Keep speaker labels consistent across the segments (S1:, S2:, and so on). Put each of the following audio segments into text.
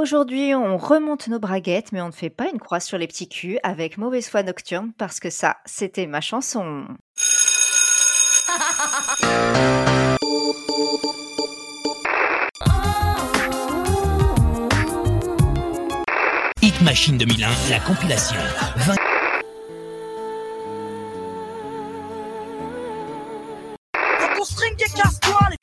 S1: Aujourd'hui, on remonte nos braguettes, mais on ne fait pas une croix sur les petits culs avec Mauvaise foi nocturne parce que ça, c'était ma chanson.
S2: Hit Machine 2001, la compilation. 20...
S3: Quand ton string est casse-toi, les...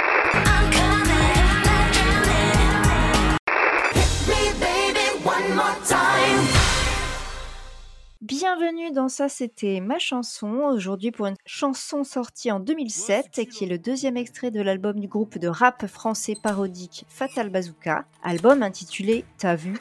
S1: Bienvenue dans ça, c'était ma chanson. Aujourd'hui pour une chanson sortie en 2007 et qui est le deuxième extrait de l'album du groupe de rap français parodique Fatal Bazooka, album intitulé T'as vu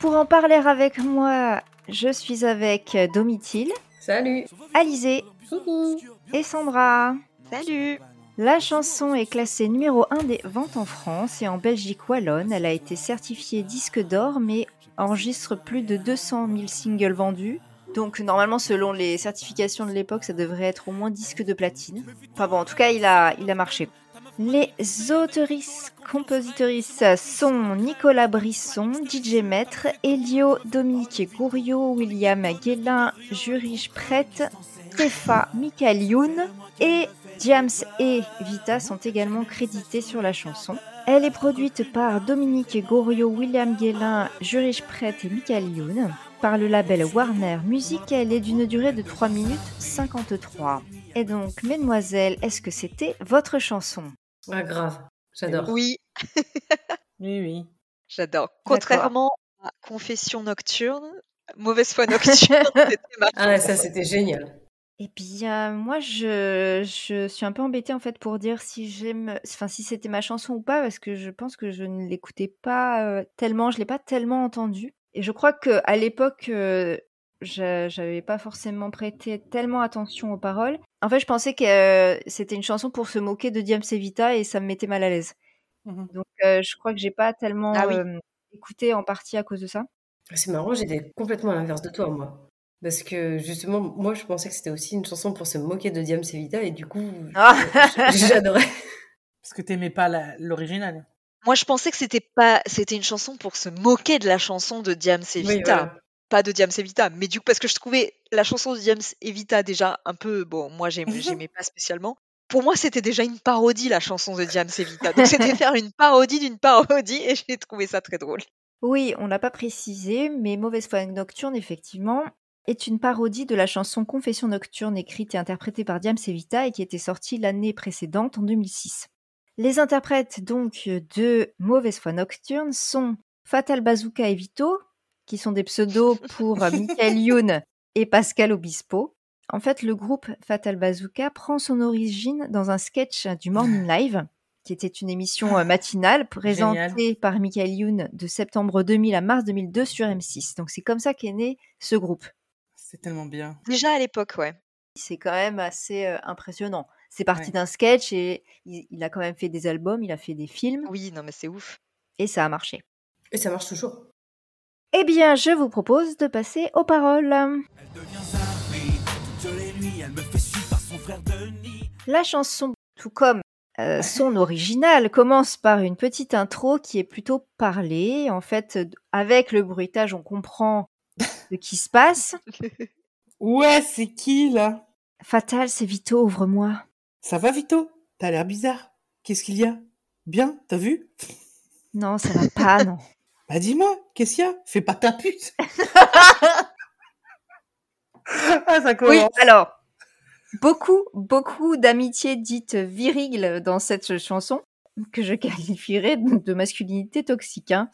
S1: Pour en parler avec moi, je suis avec Domitil,
S4: Salut
S1: Alizé
S4: Coucou
S1: et Sandra.
S5: Salut
S1: La chanson est classée numéro 1 des ventes en France et en Belgique wallonne. Elle a été certifiée disque d'or mais enregistre plus de 200 000 singles vendus. Donc normalement selon les certifications de l'époque ça devrait être au moins disque de platine. Enfin bon en tout cas il a, il a marché. Les autrices compositrices sont Nicolas Brisson, DJ Maître, Elio, Dominique Gouriot, William Guélin, Jurij Prête, Tefa, Michael Youn et James et Vita sont également crédités sur la chanson. Elle est produite par Dominique Gorio, William Guélin, Jurij Prête et Michael Youn. Par le label Warner Music, elle est d'une durée de 3 minutes 53. Et donc, mesdemoiselles, est-ce que c'était votre chanson
S4: Ah grave, j'adore.
S5: Oui,
S4: Oui, oui.
S5: j'adore. Contrairement à Confession nocturne, Mauvaise foi nocturne, c'était ma
S4: Ah ouais, ça
S5: chanson.
S4: c'était génial.
S1: Eh bien, moi, je, je suis un peu embêtée en fait pour dire si j'aime, enfin si c'était ma chanson ou pas, parce que je pense que je ne l'écoutais pas euh, tellement, je l'ai pas tellement entendue. Et je crois que à l'époque, euh, je- j'avais pas forcément prêté tellement attention aux paroles. En fait, je pensais que euh, c'était une chanson pour se moquer de Diam Sevita et ça me mettait mal à l'aise.
S4: Mhm.
S1: Donc, euh, je crois que j'ai pas tellement
S5: Ah oui.
S1: euh, écouté en partie à cause de ça.
S4: C'est marrant, j'étais complètement à l'inverse de toi, moi. Parce que justement, moi je pensais que c'était aussi une chanson pour se moquer de Diam Sevita et du coup,
S1: Ah
S4: j'adorais.
S6: Parce que t'aimais pas la- l'original.
S5: Moi, je pensais que c'était pas, c'était une chanson pour se moquer de la chanson de Diams Evita.
S4: Oui, voilà.
S5: Pas de Diams Evita, mais du coup, parce que je trouvais la chanson de Diams Evita déjà un peu, bon, moi, j'aime-
S4: Mhm.
S5: j'aimais pas spécialement. Pour moi, c'était déjà une parodie, la chanson de Diams Evita. Donc, c'était faire une parodie d'une parodie et j'ai trouvé ça très drôle.
S1: Oui, on l'a pas précisé, mais Mauvaise foi nocturne, effectivement, est une parodie de la chanson Confession nocturne écrite et interprétée par Diam Sevita et qui était sortie l'année précédente, en 2006. Les interprètes donc de Mauvaise foi nocturne sont Fatal Bazooka et Vito, qui sont des pseudos pour euh, Michael Youn et Pascal Obispo. En fait, le groupe Fatal Bazooka prend son origine dans un sketch du Morning Live, qui était une émission euh, matinale présentée
S6: Génial.
S1: par Michael Youn de septembre 2000 à mars 2002 sur M6. Donc c'est comme ça qu'est né ce groupe.
S6: C'est tellement bien.
S5: Déjà à l'époque, ouais.
S1: C'est quand même assez euh, impressionnant. C'est parti
S6: Ouais.
S1: d'un sketch et il, il a quand même fait des albums, il a fait des films
S5: Oui, non, mais c'est ouf.
S1: et ça a marché.
S4: Et ça marche toujours.
S1: Eh bien, je vous propose de passer aux paroles.
S7: Elle devient Zari, toutes les nuits, elle me fait suivre par son frère Denis.
S1: La chanson, tout comme euh, son original, commence par une petite intro qui est plutôt parlée. En fait, d- avec le bruitage, on comprend ce qui se passe.
S6: Ouais, c'est qui là
S1: Fatal, c'est Vito, ouvre-moi.
S6: Ça va, Vito T'as l'air bizarre. Qu'est-ce qu'il y a Bien, t'as vu
S1: Non, ça va pas, non.
S6: Bah dis-moi, qu'est-ce qu'il y a Fais pas ta pute Ah, ça
S1: Oui,
S6: commence.
S1: alors, beaucoup, beaucoup d'amitié dite virile dans cette ch- chanson, que je qualifierais de de masculinité toxique. hein.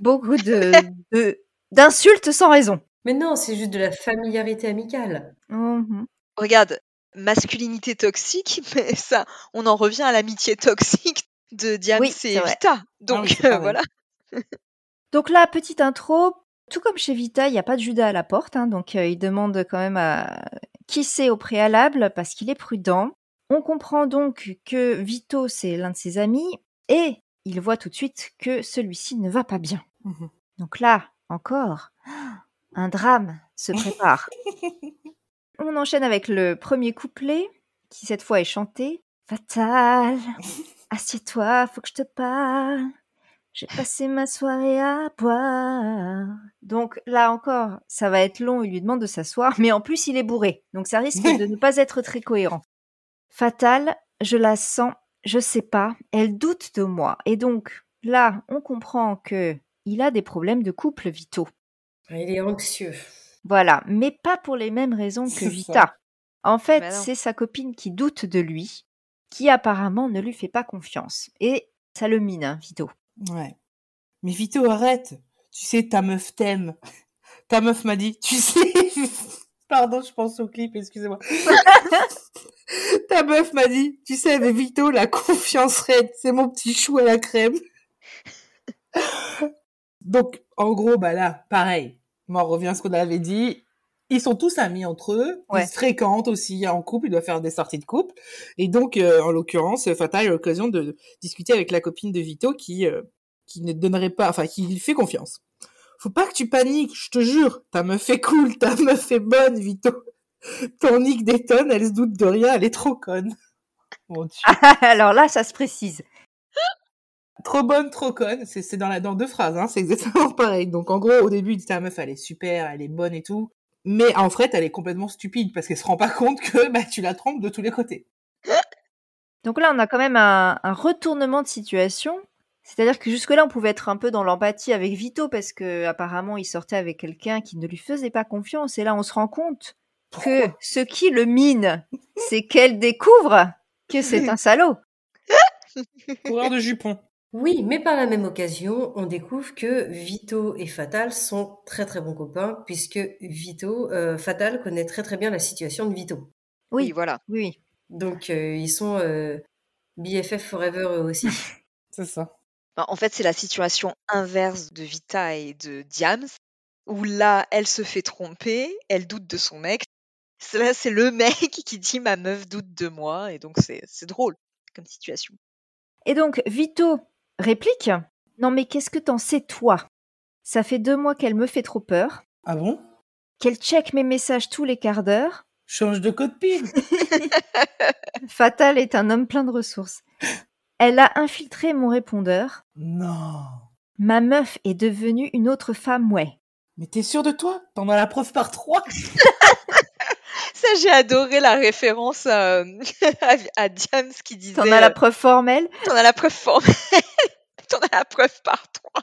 S1: Beaucoup de, de- d'insultes sans raison.
S4: Mais non, c'est juste de la familiarité amicale.
S1: Mhm.
S5: Regarde, masculinité toxique, mais ça, on en revient à l'amitié toxique de Diams
S1: Oui,
S5: et
S1: c'est vrai.
S5: Evita.
S6: Ah oui,
S5: Donc,
S6: c'est pas
S5: euh,
S6: vrai.
S5: voilà.
S1: Donc là, petite intro. Tout comme chez Vita, il n'y a pas de Judas à la porte, hein, donc euh, il demande quand même à qui c'est au préalable parce qu'il est prudent. On comprend donc que Vito, c'est l'un de ses amis, et il voit tout de suite que celui-ci ne va pas bien.
S6: Mhm.
S1: Donc là, encore, un drame se prépare. On enchaîne avec le premier couplet, qui cette fois est chanté. Fatal, assieds-toi, faut que je te parle. J'ai passé ma soirée à boire. Donc là encore, ça va être long, il lui demande de s'asseoir, mais en plus il est bourré, donc ça risque de ne pas être très cohérent. Fatal, je la sens, je sais pas, elle doute de moi. Et donc là, on comprend que il a des problèmes de couple vitaux.
S4: Ah, Il est anxieux.
S1: Voilà, mais pas pour les mêmes raisons que
S6: C'est
S1: Vita.
S6: ça.
S1: En
S5: Bah
S1: fait,
S5: non.
S1: c'est sa copine qui doute de lui, qui apparemment ne lui fait pas confiance. Et ça le mine, hein, Vito.
S6: Ouais. Mais Vito, arrête. Tu sais, ta meuf t'aime. Ta meuf m'a dit, tu sais. Pardon, je pense au clip, excusez-moi. ta meuf m'a dit, tu sais, mais Vito, la confiance raide, c'est mon petit chou à la crème. Donc, en gros, bah là, pareil. Moi, on revient à ce qu'on avait dit. Ils sont tous amis entre eux.
S1: Ouais.
S6: Ils se fréquentent aussi en couple. Ils doivent faire des sorties de couple. Et donc, euh, en l'occurrence, Fatal a l'occasion de discuter avec la copine de Vito qui, euh, qui ne donnerait pas, enfin, qui lui fait confiance. Faut pas que tu paniques, je te jure. Ta meuf est cool, ta meuf est bonne, Vito. Ton Nick détonne, elle se doute de rien, elle est trop conne. Mon dieu.
S1: Alors là, ça se précise.
S6: Trop bonne, trop conne. C'est c'est dans, la- dans deux phrases, hein, c'est exactement pareil. Donc en gros, au début, il dit ta meuf, elle est super, elle est bonne et tout. Mais en fait, elle est complètement stupide parce qu'elle se rend pas compte que bah, tu la trompes de tous les côtés.
S1: Donc là, on a quand même un, un retournement de situation. C'est-à-dire que jusque-là, on pouvait être un peu dans l'empathie avec Vito parce que apparemment, il sortait avec quelqu'un qui ne lui faisait pas confiance. Et là, on se rend compte que ce qui le mine, c'est qu'elle découvre que c'est un salaud.
S6: Coureur de jupons.
S4: Oui, mais par la même occasion, on découvre que Vito et Fatal sont très très bons copains, puisque Vito, euh, Fatal connaît très très bien la situation de Vito.
S1: Oui.
S5: Oui, voilà.
S1: Oui.
S4: Donc euh, ils sont euh, BFF Forever eux aussi.
S6: C'est ça.
S5: Bah, en fait, c'est la situation inverse de Vita et de Diams, où là, elle se fait tromper, elle doute de son mec. C'est- Là, c'est le mec qui dit ma meuf doute de moi, et donc c'est c'est drôle comme situation.
S1: Et donc, Vito réplique Non, mais qu'est-ce que t'en sais, toi Ça fait deux mois qu'elle me fait trop peur,
S6: Ah bon
S1: qu'elle check mes messages tous les quarts d'heure.
S6: Change de code PIN.
S1: Fatal est un homme plein de ressources. Elle a infiltré mon répondeur.
S6: non.
S1: Ma meuf est devenue une autre femme, ouais.
S6: Mais t'es sûr de toi T'en as la preuve par trois
S5: Ça, j'ai adoré la référence à, à, à Diams qui disait
S1: T'en as la
S5: euh,
S1: preuve formelle.
S5: T'en as la preuve formelle, t'en as la preuve par trois.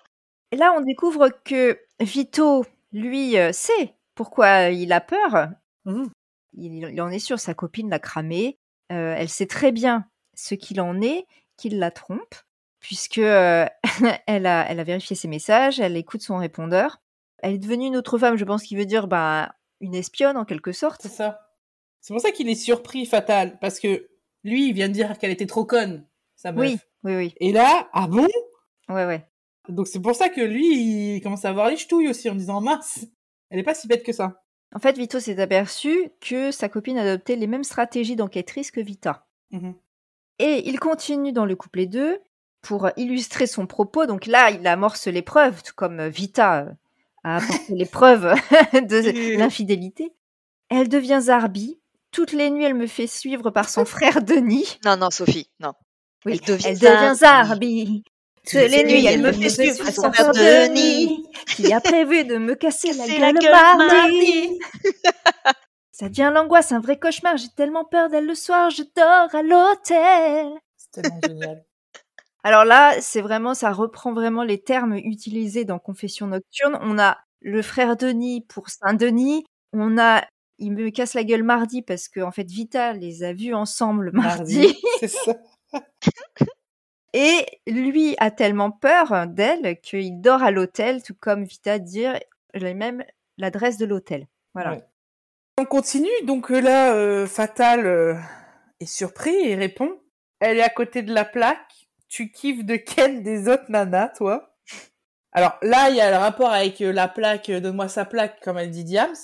S1: Et là, on découvre que Vito, lui, euh, sait pourquoi euh, il a peur.
S6: Mhm.
S1: Il, il en est sûr, sa copine l'a cramé. Euh, elle sait très bien ce qu'il en est, qu'il la trompe, puisque euh, elle, a, elle a vérifié ses messages, elle écoute son répondeur. Elle est devenue une autre femme, je pense qu'il veut dire bah, une espionne en quelque sorte.
S6: C'est ça. C'est pour ça qu'il est surpris, Fatal, parce que lui, il vient de dire qu'elle était trop conne, sa meuf.
S1: Oui, oui, oui.
S6: Et là, ah bon
S1: Ouais, ouais.
S6: Donc c'est pour ça que lui, il commence à avoir les ch'touilles aussi en disant mince, elle est pas si bête que ça.
S1: En fait, Vito s'est aperçu que sa copine adoptait les mêmes stratégies d'enquêtrice que Vita.
S6: Mhm.
S1: Et il continue dans le couplet 2 pour illustrer son propos. Donc là, il amorce les preuves, tout comme euh, Vita euh, a apporté les preuves de l'infidélité. Elle devient Zarbi. Toutes les nuits, elle me fait suivre par son frère Denis.
S5: Non, non, Sophie, non.
S1: Oui,
S5: Elle devient
S1: elle devient
S5: Zarbi.
S1: Zarbi. Toutes les nuits, elle me
S5: me
S1: fait
S5: fait
S1: suivre
S5: suivre
S1: par
S5: son
S1: son
S5: frère
S1: frère
S5: Denis.
S1: Denis, qui a prévu de me casser la
S5: Casser la
S1: gueule
S5: gueule
S1: mardi. Ça devient l'angoisse, un vrai cauchemar. J'ai tellement peur d'elle le soir, je dors à l'hôtel.
S6: C'est tellement génial.
S1: Alors là, c'est vraiment, ça reprend vraiment les termes utilisés dans Confession nocturne. On a le frère Denis pour Saint-Denis. On a il me casse la gueule mardi parce que en fait Vita les a vus ensemble mardi.
S6: C'est ça.
S1: Et lui a tellement peur d'elle qu'il dort à l'hôtel, tout comme Vita dire j'ai même l'adresse de l'hôtel. Voilà.
S6: Ouais. On continue, donc euh, là, euh, Fatal euh, est surpris et répond Elle est à côté de la plaque, tu kiffes de Ken des autres nanas, toi Alors là, il y a le rapport avec euh, la plaque, euh, donne-moi sa plaque, comme elle dit Diams,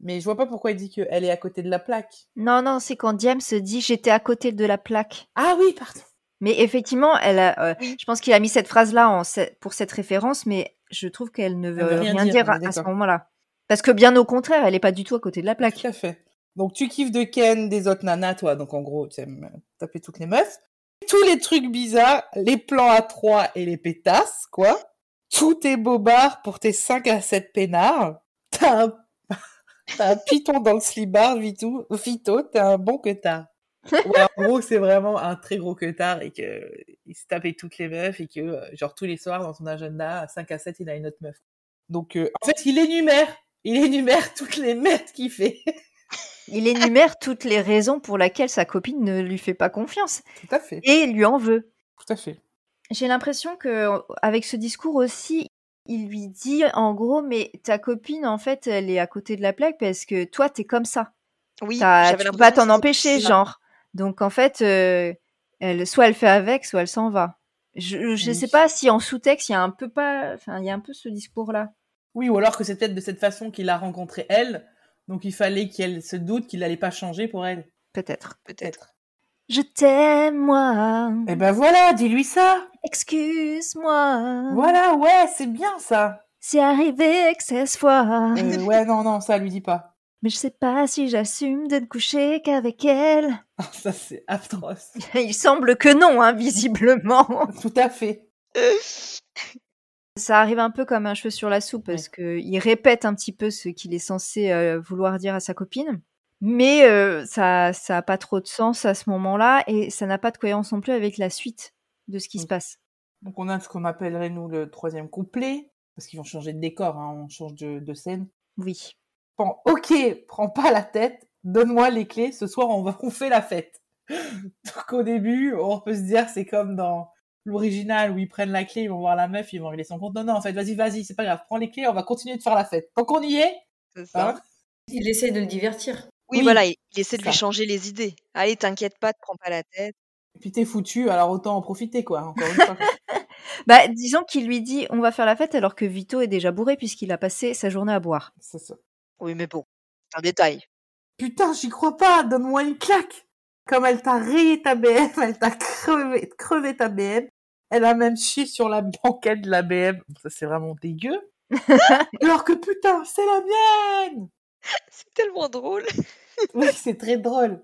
S6: mais je vois pas pourquoi il dit qu'elle est à côté de la plaque.
S1: Non, non, c'est quand Diam se dit j'étais à côté de la plaque.
S6: Ah oui, pardon.
S1: Mais effectivement, elle a, euh, je pense qu'il a mis cette phrase-là en ce- pour cette référence, mais je trouve qu'elle ne veut
S6: veut
S1: rien,
S6: rien
S1: dire,
S6: dire, on est
S1: à- à, ce
S6: d'accord.
S1: moment-là. Parce que bien au contraire, elle n'est pas du tout à côté de la plaque.
S6: Tout à fait. Donc tu kiffes de Ken des autres nanas, toi. Donc en gros, tu aimes euh, taper toutes les meufs. tous les trucs bizarres, les plans à trois et les pétasses, quoi. Tous tes bobards pour tes 5 à 7 peinards. T'as un... t'as un piton dans le slibard, Vito, Vito t'es un bon queutard. Ouais, en gros, c'est vraiment un très gros queutard et que il se tapait toutes les meufs et que, euh, genre, tous les soirs, dans son agenda, à 5 à 7, il a une autre meuf. Donc, euh, en fait, il énumère. Il énumère toutes les merdes qu'il fait.
S1: Il énumère toutes les raisons pour lesquelles sa copine ne lui fait pas confiance
S6: Tout à fait.
S1: et lui en veut.
S6: Tout à fait.
S1: J'ai l'impression que euh, avec ce discours aussi, il lui dit en gros, mais ta copine en fait, elle est à côté de la plaque parce que toi t'es comme ça.
S5: Oui,
S1: T'as-
S5: j'avais
S1: tu peux
S5: l'impression
S1: pas
S5: que
S1: t'en
S5: c'était
S1: empêcher,
S5: ça.
S1: genre. Donc en fait, euh, elle, soit elle fait avec, soit elle s'en va. Je, je
S6: Oui.
S1: sais pas si en sous-texte il y a un peu pas, enfin il y a un peu ce discours-là.
S6: Oui, ou alors que c'est peut-être de cette façon qu'il a rencontré elle. Donc, il fallait qu'elle se doute qu'il n'allait pas changer pour elle.
S1: Peut-être.
S5: Peut-être.
S1: Je t'aime moi.
S6: Eh ben voilà, dis-lui ça.
S1: Excuse-moi.
S6: Voilà, ouais, c'est bien ça.
S1: C'est arrivé que 16 fois.
S6: Euh, ouais, non, non, ça lui dit pas.
S1: Mais je sais pas si j'assume de ne coucher qu'avec elle.
S6: Ah, Ça, c'est atroce.
S1: Il semble que non, hein, visiblement.
S6: Tout à fait.
S1: Ça arrive un peu comme un cheveu sur la soupe parce que il répète un petit peu ce qu'il est censé euh, vouloir dire à sa copine. Mais euh, ça ça a pas trop de sens à ce moment-là et ça n'a pas de cohérence non plus avec la suite de ce qui se
S6: Mm.
S1: passe.
S6: Donc, on a ce qu'on appellerait, nous, le troisième couplet. Parce qu'ils vont changer de décor, hein, on change de, de scène.
S1: Oui.
S6: Bon, ok, prends pas la tête, donne-moi les clés, ce soir, on, va, on fait la fête. Donc, au début, on peut se dire, c'est comme dans l'original où ils prennent la clé, ils vont voir la meuf, ils vont régler son compte. Non, non, en fait, vas-y, vas-y, c'est pas grave, prends les clés, on va continuer de faire la fête. Tant qu'on y est,
S5: C'est ça.
S6: hein,
S4: Il essaye de le divertir.
S5: oui,
S6: oui,
S5: voilà, il, il essaie de
S6: c'est
S5: lui
S6: ça.
S5: changer les idées. Allez, t'inquiète pas, te prends pas la tête.
S6: puis t'es foutu, alors autant en profiter, quoi, encore une fois.
S1: Bah disons qu'il lui dit on va faire la fête alors que Vito est déjà bourré puisqu'il a passé sa journée à boire.
S6: C'est ça.
S5: Oui, mais bon, c'est un détail.
S6: Putain, j'y crois pas, donne-moi une claque. Comme elle t'a rayé ta BM, elle t'a crevé, crevé ta BM. Elle a même chié sur la banquette de la BM. Ça, c'est vraiment dégueu. Alors que putain, c'est la mienne!
S5: C'est tellement drôle.
S6: Oui, c'est très drôle.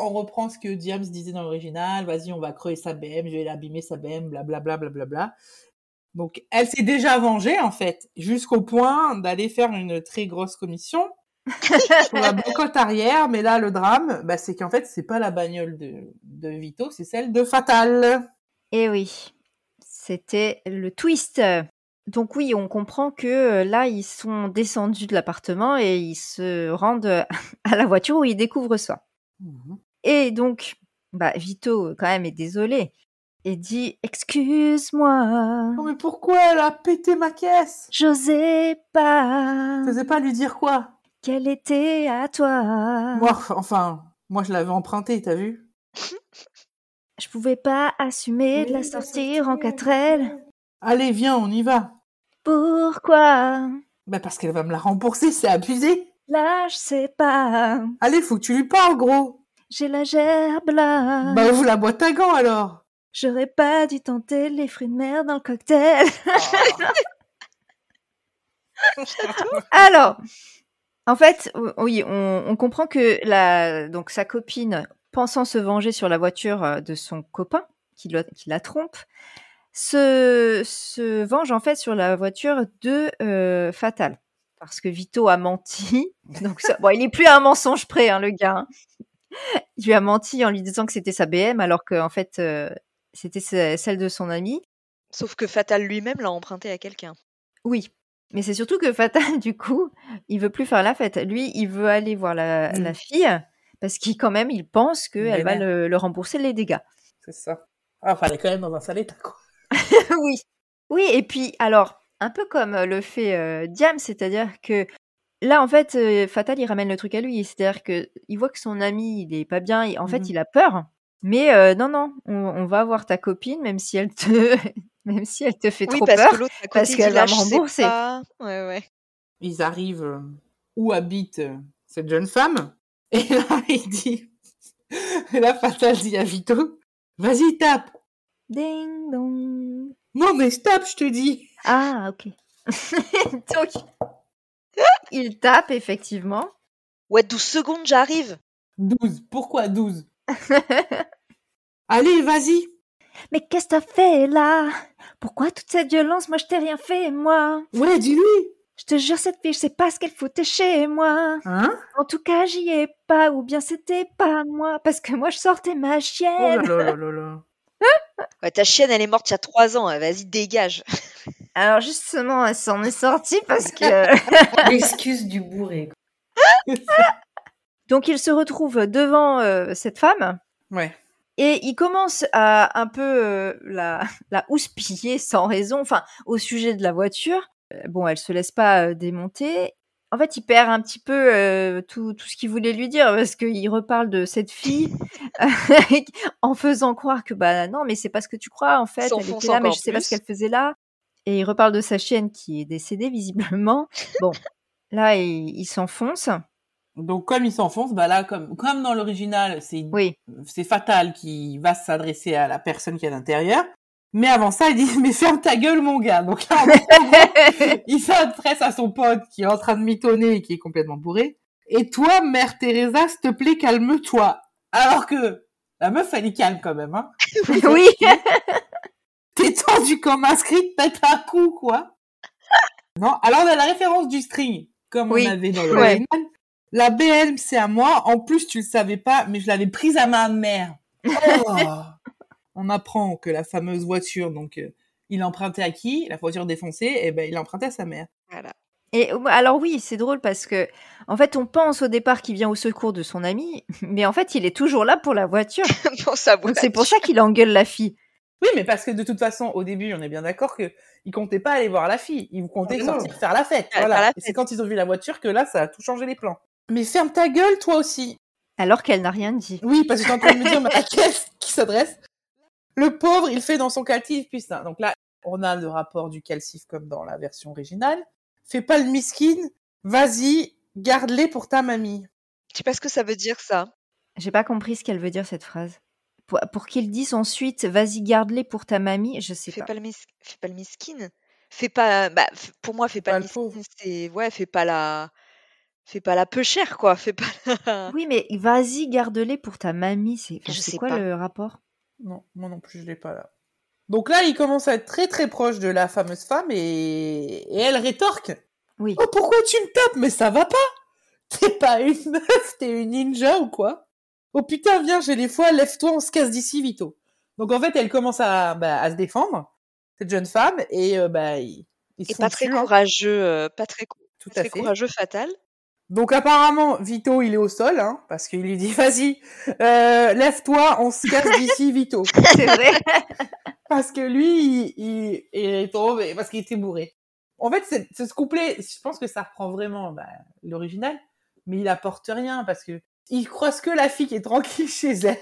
S6: On reprend ce que Diams disait dans l'original. Vas-y, on va crever sa BM, je vais l'abîmer sa BM, blablabla, blablabla. Donc, elle s'est déjà vengée, en fait, jusqu'au point d'aller faire une très grosse commission sur la banquette arrière. Mais là, le drame, bah, c'est qu'en fait, c'est pas la bagnole de, de Vito, c'est celle de Fatal.
S1: Eh oui, c'était le twist. Donc oui, on comprend que euh, là, ils sont descendus de l'appartement et ils se rendent euh, à la voiture où ils découvrent ça. Et donc, bah, Vito, quand même, est désolé et dit « Excuse-moi,
S6: Non, mais pourquoi elle a pété ma caisse?
S1: j'osais pas,
S6: Je faisais pas lui dire quoi?
S1: qu'elle était à toi.
S6: Moi, enfin, moi, je l'avais emprunté, t'as vu?
S1: Je pouvais pas assumer de la sortir en quatre ailes.
S6: Allez, viens, on y va.
S1: Pourquoi
S6: Bah parce qu'elle va me la rembourser, c'est abusé.
S1: Là, je sais pas.
S6: Allez, faut que tu lui parles, gros.
S1: J'ai la gerbe là.
S6: Bah ouvre la boîte à gants alors.
S1: J'aurais pas dû tenter les fruits de mer dans le cocktail. Alors, en fait, o- oui, on, on comprend que la, donc sa copine, pensant se venger sur la voiture euh, de son copain, qui, le- qui la trompe, se, se venge en fait sur la voiture de euh, Fatal. Parce que Vito a menti. Donc ça- bon, il est plus à un mensonge près, hein, le gars. hein. Il lui a menti en lui disant que c'était sa BM, alors qu'en fait, euh, c'était ce- celle de son ami.
S5: Sauf que Fatal lui-même l'a emprunté à quelqu'un.
S1: Oui. Mais c'est surtout que Fatal, du coup, il veut plus faire la fête. Lui, il veut aller voir la,
S5: Mmh.
S6: Mm.
S1: la fille parce qu'il, quand même, il pense qu'elle va
S6: Vénère.
S1: le, le rembourser les dégâts.
S6: C'est ça. Ah, Enfin, elle est quand même dans un sale état, quoi.
S1: oui. Oui, et puis, alors, un peu comme le fait euh, Diam, c'est-à-dire que là, en fait, euh, Fatal, il ramène le truc à lui. C'est-à-dire que il voit que son ami, il est pas bien. Et, en fait,
S5: Mmh.
S6: Mhm.
S1: il a peur. Mais euh, non, non, on, on va voir ta copine, même si elle te, même si elle te fait
S5: Oui,
S1: trop
S5: parce
S1: peur.
S5: que l'autre à côté
S1: parce
S5: dit,
S1: qu'elle va
S5: là,
S1: me
S5: je sais
S1: rembourser.
S5: pas. Ouais, ouais.
S6: Ils arrivent euh, où habite euh, cette jeune femme. Et là, il dit... Et là, Fatal dit à Vito, vas-y, tape.
S1: Ding dong.
S6: Non, mais tape, je te dis.
S1: Ah, ok. Donc, il tape, effectivement.
S5: Ouais, 12 secondes, j'arrive.
S6: 12. Pourquoi 12 Allez, vas-y
S1: Mais qu'est-ce que t'as fait là Pourquoi toute cette violence Moi, je t'ai rien fait, moi.
S6: Ouais, dis-lui
S1: Je te jure, cette fille, je sais pas ce qu'elle foutait chez moi.
S6: Hein
S1: En tout cas, j'y ai pas, ou bien c'était pas moi, parce que moi, je sortais ma
S6: Oh là
S1: chienne.
S6: là là là là.
S5: Ouais, ta chienne, elle est morte il y a trois ans. hein, Vas-y, dégage.
S1: Alors justement, elle s'en est sortie parce que...
S4: L'excuse du bourré. quoi.
S1: Donc il se retrouve devant euh, cette femme
S6: Ouais.
S1: et il commence à un peu euh, la, la houspiller sans raison, enfin au sujet de la voiture. Euh, Bon, elle se laisse pas euh, démonter. En fait, il perd un petit peu euh, tout, tout ce qu'il voulait lui dire parce qu'il reparle de cette fille en faisant croire que bah non, mais c'est pas ce que tu crois en fait. Elle
S5: S'enfonce
S1: était là, mais
S5: encore
S1: je sais pas ce
S5: plus.
S1: qu'elle faisait là. Et il reparle de sa chienne qui est décédée visiblement. Bon, là, il- il s'enfonce.
S6: Donc comme il s'enfonce, bah là, comme, comme dans l'original, c'est
S1: Oui.
S6: c'est Fatal qui va s'adresser à la personne qui est à l'intérieur. Mais avant ça, il dit mais ferme ta gueule mon gars. Donc là, en gros, il s'adresse à son pote qui est en train de mitonner et qui est complètement bourré. Et toi, mère Teresa, s'il te plaît, calme-toi. Alors que la meuf, elle est calme quand même. Hein.
S1: oui,
S6: T'es tendu comme un script, pète un coup, quoi. Non, alors on a la référence du string, comme
S1: Oui.
S6: on avait dans l'original. La BM, c'est à moi. En plus, tu le savais pas, mais je l'avais prise à ma mère. Oh. on apprend que la fameuse voiture, donc, euh, il empruntait à qui La voiture défoncée, et ben, il empruntait à sa mère.
S5: Voilà.
S1: Et euh, alors oui, c'est drôle parce que en fait, on pense au départ qu'il vient au secours de son ami, mais en fait, il est toujours là pour la voiture.
S5: Bon, ça vaut
S1: Donc
S5: la
S1: c'est pour
S5: peine.
S1: ça qu'il engueule la fille.
S6: Oui, mais parce que de toute façon, au début, on est bien d'accord que il comptait pas aller voir la fille. Il comptait
S4: Ah, non.
S6: sortir faire la fête.
S5: Faire
S6: Voilà.
S5: la
S6: Et C'est quand ils ont vu la voiture que là, ça a tout changé les plans. Mais ferme ta gueule, toi aussi.
S1: Alors qu'elle n'a rien dit.
S6: Oui, parce que j'étais en train de me dire, mais à qui est-ce qui s'adresse Le pauvre, il fait dans son calcif, putain. Donc là, on a le rapport du calcif comme dans la version originale. Fais pas le miskin, vas-y, garde-les pour ta mamie.
S5: Je sais pas ce que ça veut dire, ça.
S1: J'ai pas compris ce qu'elle veut dire cette phrase. Pour, pour qu'ils disent ensuite, vas-y garde-les pour ta mamie, je sais
S5: Fais
S1: pas.
S5: pas, le mis... fais pas le miskin. Fais pas. Bah, f- Pour moi, fais pas,
S6: Pas
S5: le
S6: le pauvre.
S5: miskin. C'est. Ouais, fais pas la. Fais pas la peu chère, quoi. Fais pas la.
S1: Oui, mais vas-y garde-les pour ta mamie, c'est enfin,
S5: Je
S1: c'est
S5: sais
S1: quoi
S5: pas.
S1: le rapport
S6: Non, moi non plus, je l'ai pas là. Donc là, il commence à être très très proche de la fameuse femme et, et elle rétorque.
S1: Oui.
S6: Oh, pourquoi tu me tapes Mais ça va pas T'es pas une meuf, t'es une ninja ou quoi Oh putain, viens, j'ai les fois, lève-toi, on se casse d'ici, Vito. Donc en fait, elle commence à, bah, à se défendre, cette jeune femme, et euh, bah, ils, ils se
S5: Et
S6: font
S5: pas très
S6: dessus, hein,
S5: courageux. euh, Pas très, cou-
S6: tout
S5: pas
S6: à
S5: très
S6: fait.
S5: courageux, fatal.
S6: Donc apparemment, Vito, il est au sol, hein, parce qu'il lui dit, vas-y, euh, lève-toi, on se casse d'ici, Vito.
S1: C'est vrai.
S6: Parce que lui, il, il, il est tombé parce qu'il était bourré. En fait, c'est- c'est ce couplet, je pense que ça reprend vraiment bah, l'original, mais il apporte rien parce que il croise que la fille qui est tranquille chez elle.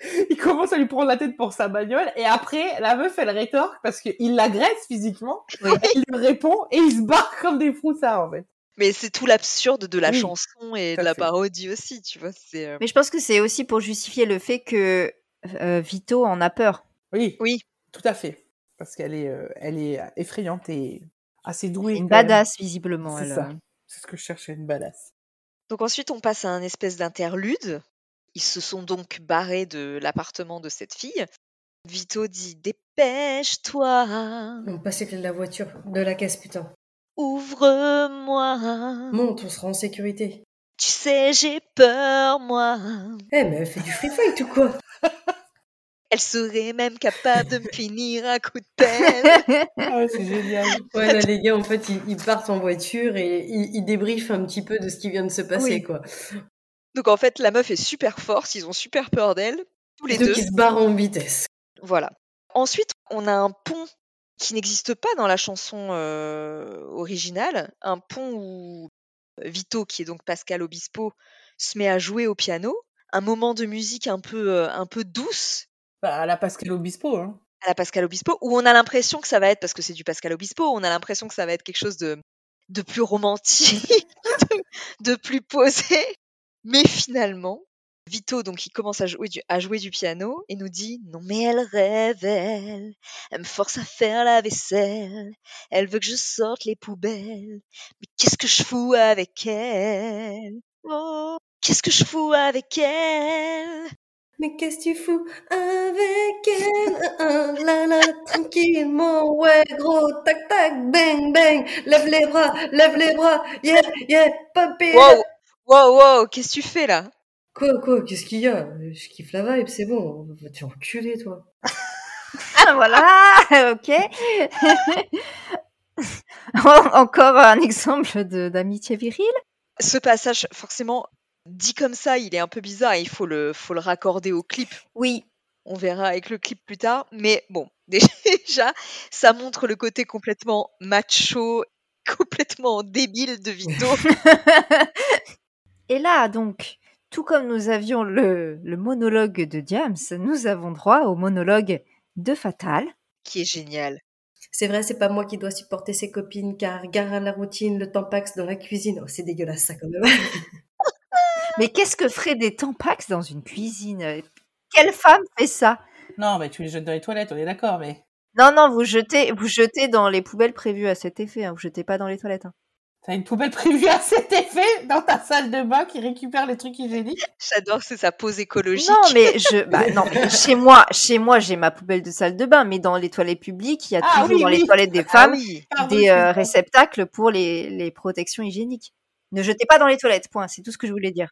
S6: Il commence à lui prendre la tête pour sa bagnole et après, la meuf, elle rétorque parce qu'il l'agresse physiquement. Il lui répond et il se barre comme des froussards en fait.
S5: Mais c'est tout l'absurde de la
S6: Oui,
S5: chanson et de
S6: tout à
S5: la
S6: fait.
S5: parodie aussi, tu vois. C'est. euh,
S1: Mais je pense que c'est aussi pour justifier le fait que euh, Vito en a peur.
S6: Oui,
S5: Oui.
S6: tout à fait. Parce qu'elle est, euh, elle est effrayante et assez douée.
S1: Une
S6: quand même.
S1: badass visiblement.
S6: C'est
S1: elle,
S6: ça.
S1: euh.
S6: C'est ce que je cherchais, une badass.
S5: Donc ensuite, on passe à un espèce d'interlude. Ils se sont donc barrés de l'appartement de cette fille. Vito dit Dépêche-toi,
S4: On passait de la voiture, de la caisse, putain.
S5: ouvre-moi.
S4: Monte, on sera en sécurité.
S5: Tu sais, j'ai peur, moi.
S4: Eh, mais elle fait du free fight ou quoi
S5: Elle serait même capable de me finir à coup de pelle.
S6: Ah ouais, c'est génial.
S4: Ouais, là, les gars, en fait, ils, ils partent en voiture et ils, ils débriefent un petit peu de ce qui vient de se passer,
S1: Oui.
S4: quoi.
S5: Donc en fait, la meuf est super forte, ils ont super peur d'elle, tous les
S4: Donc,
S5: deux.
S4: ils se barrent en vitesse.
S5: Voilà. Ensuite, on a un pont qui n'existe pas dans la chanson euh, originale, un pont où Vito, qui est donc Pascal Obispo, se met à jouer au piano, un moment de musique un peu, euh, un peu douce
S6: Bah, à la Pascal Obispo, hein.
S5: à la Pascal Obispo, où on a l'impression que ça va être, parce que c'est du Pascal Obispo, on a l'impression que ça va être quelque chose de, de plus romantique, de, de plus posé. Mais finalement, Vito, donc, il commence à jouer, du, à jouer du piano et nous dit Non, mais elle rêve, elle. Elle me force à faire la vaisselle. Elle veut que je sorte les poubelles. Mais qu'est-ce que je fous avec elle Oh, qu'est-ce que je fous avec elle
S4: Mais qu'est-ce que tu fous avec elle Ah, ah, La la, tranquillement, ouais gros, tac tac, bang bang, lève les bras, lève les bras, yeah yeah, papé
S5: Wow, wow, wow, qu'est-ce que tu fais là
S4: Quoi quoi, qu'est-ce qu'il y a Je kiffe la vibe, c'est bon, va te faire enculer toi.
S1: Ah, voilà, ok. En- Encore un exemple de- d'amitié virile.
S5: Ce passage, forcément, dit comme ça, il est un peu bizarre, il faut le, faut le raccorder au clip.
S1: Oui,
S5: On verra avec le clip plus tard, mais bon, déjà, ça montre le côté complètement macho, complètement débile de Vito.
S1: Et là, donc, tout comme nous avions le, le monologue de Diams, nous avons droit au monologue de Fatal.
S5: qui est génial.
S4: C'est vrai, c'est pas moi qui dois supporter ses copines car gare à la routine, le tampax dans la cuisine. Oh, c'est dégueulasse ça quand même.
S1: Mais qu'est-ce que ferait des tampax dans une cuisine Quelle femme fait ça
S6: Non, mais tu les jettes dans les toilettes, on est d'accord, mais.
S1: Non, non, vous jetez, vous jetez dans les poubelles prévues à cet effet, hein, vous jetez pas dans les toilettes. hein.
S6: T'as une poubelle prévue à cet effet dans ta salle de bain qui récupère les trucs hygiéniques.
S5: J'adore, c'est sa pose écologique.
S1: Non, mais je, bah, non, mais chez moi, chez moi, j'ai ma poubelle de salle de bain, mais dans les toilettes publiques, il y a
S6: Ah,
S1: toujours
S6: oui,
S1: dans les
S6: oui.
S1: toilettes des
S5: Ah
S1: femmes
S5: oui.
S6: Pardon,
S1: des euh,
S6: excuse-moi.
S1: réceptacles pour les, les protections hygiéniques. Ne jetez pas dans les toilettes, point. C'est tout ce que je voulais dire.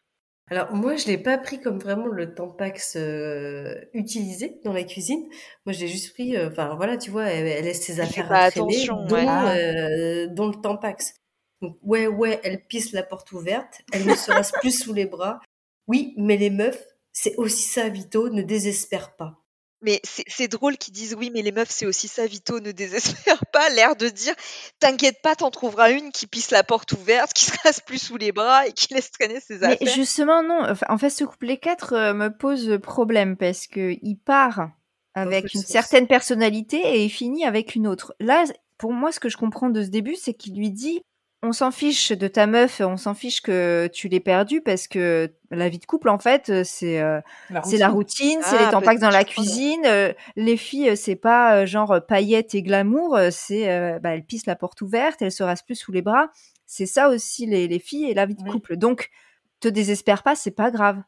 S4: Alors moi, je l'ai pas pris comme vraiment le tampax euh, utilisé dans la cuisine. Moi, j'ai juste pris, euh, enfin voilà, tu vois, elle, elle laisse ses
S5: Elle fait
S4: affaires
S5: pas
S4: à traîner,
S5: attention,
S4: dont,
S5: ouais.
S4: euh, dont le tampax. Donc ouais, ouais, elle pisse la porte ouverte, elle ne se rase plus sous les bras. Oui, mais les meufs, c'est aussi ça, Vito, ne désespère pas.
S5: Mais c'est c'est drôle qu'ils disent oui, mais les meufs, c'est aussi ça, Vito, ne désespère pas. L'air de dire T'inquiète pas, t'en trouveras une qui pisse la porte ouverte, qui se rase plus sous les bras et qui laisse traîner ses
S1: Mais
S5: affaires.
S1: justement, non. euh, Enfin, en fait, ce couplet 4 euh, me pose problème parce que il part avec
S4: Autre
S1: une
S4: source.
S1: certaine personnalité et il finit avec une autre. Là, pour moi, ce que je comprends de ce début, c'est qu'il lui dit on s'en fiche de ta meuf, on s'en fiche que tu l'aies perdue parce que la vie de couple, en fait, euh, c'est euh, c'est la routine, c'est
S5: Ah,
S1: les tampacs dans la
S5: peut-être, je crois.
S1: cuisine. euh, les filles, euh, c'est pas euh, genre paillettes et glamour, euh, c'est euh, bah, elles pissent la porte ouverte, elles se rasent plus sous les bras. C'est ça aussi les, les filles et la vie de
S6: Oui.
S1: couple. Donc, te désespère pas, c'est pas grave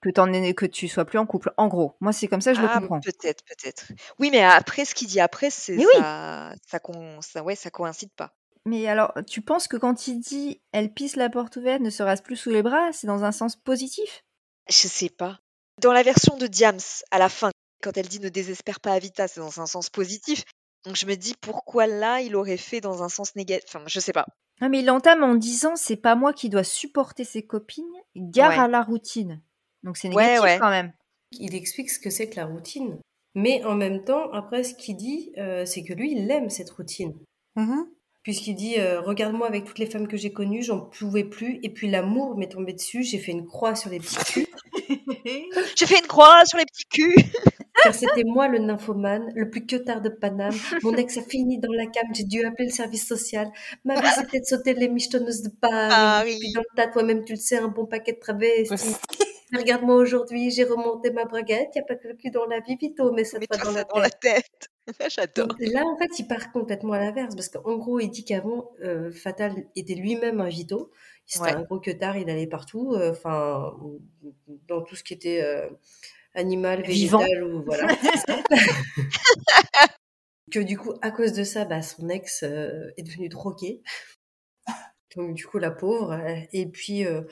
S1: que t'en aies- que tu sois plus en couple. En gros, moi c'est comme ça que je
S5: Ah,
S1: le comprends.
S5: peut-être, peut-être. Oui, mais après, ce qu'il dit après, c'est
S1: Mais oui.
S5: ça, ça, con- ça, ouais, ça coïncide pas.
S1: Mais alors, tu penses que quand il dit elle pisse la porte ouverte, ne se rase plus sous les bras, c'est dans un sens positif
S5: Je sais pas. Dans la version de Diams, à la fin, quand elle dit ne désespère pas Avita, c'est dans un sens positif. Donc je me dis pourquoi là, il aurait fait dans un sens négatif. Enfin, je sais pas.
S1: Ah, mais il entame en disant c'est pas moi qui dois supporter ses copines, gare
S5: Ouais.
S1: à la routine. Donc c'est
S5: Ouais,
S1: négatif
S5: ouais.
S1: quand même.
S4: Il explique ce que c'est que la routine. Mais en même temps, après, ce qu'il dit, euh, c'est que lui, il aime cette routine.
S6: Mhm.
S4: Puisqu'il dit euh, Regarde-moi avec toutes les femmes que j'ai connues, j'en pouvais plus. Et puis l'amour m'est tombé dessus, j'ai fait une croix sur les petits culs.
S5: J'ai fait une croix sur les petits culs.
S4: Car c'était moi le nymphomane, le plus tard de Paname. Mon ex a fini dans la cam, j'ai dû appeler le service social. Ma vie, c'était de sauter les michetonneuses de Paris.
S5: Paris.
S4: Puis dans le tas, toi-même, tu le sais, un bon paquet de travestis. Mais Regarde-moi aujourd'hui, j'ai remonté ma braguette. Y a pas que le cul dans la vie, Vito, mais ça te
S5: Mais
S4: va
S5: toi,
S4: dans
S5: ça
S4: la
S5: dans
S4: tête.
S5: la tête. J'adore.
S4: Donc là, en fait, il part complètement à l'inverse, parce qu'en gros, il dit qu'avant, euh, Fatal était lui-même un vito. C'était
S5: Ouais.
S4: un gros queutard, il allait partout, euh, enfin, dans tout ce qui était euh, animal,
S1: Vivant.
S4: végétal, ou voilà. que du coup, à cause de ça, bah, son ex euh, est devenu drogué. Donc du coup, la pauvre. euh, Et puis, euh,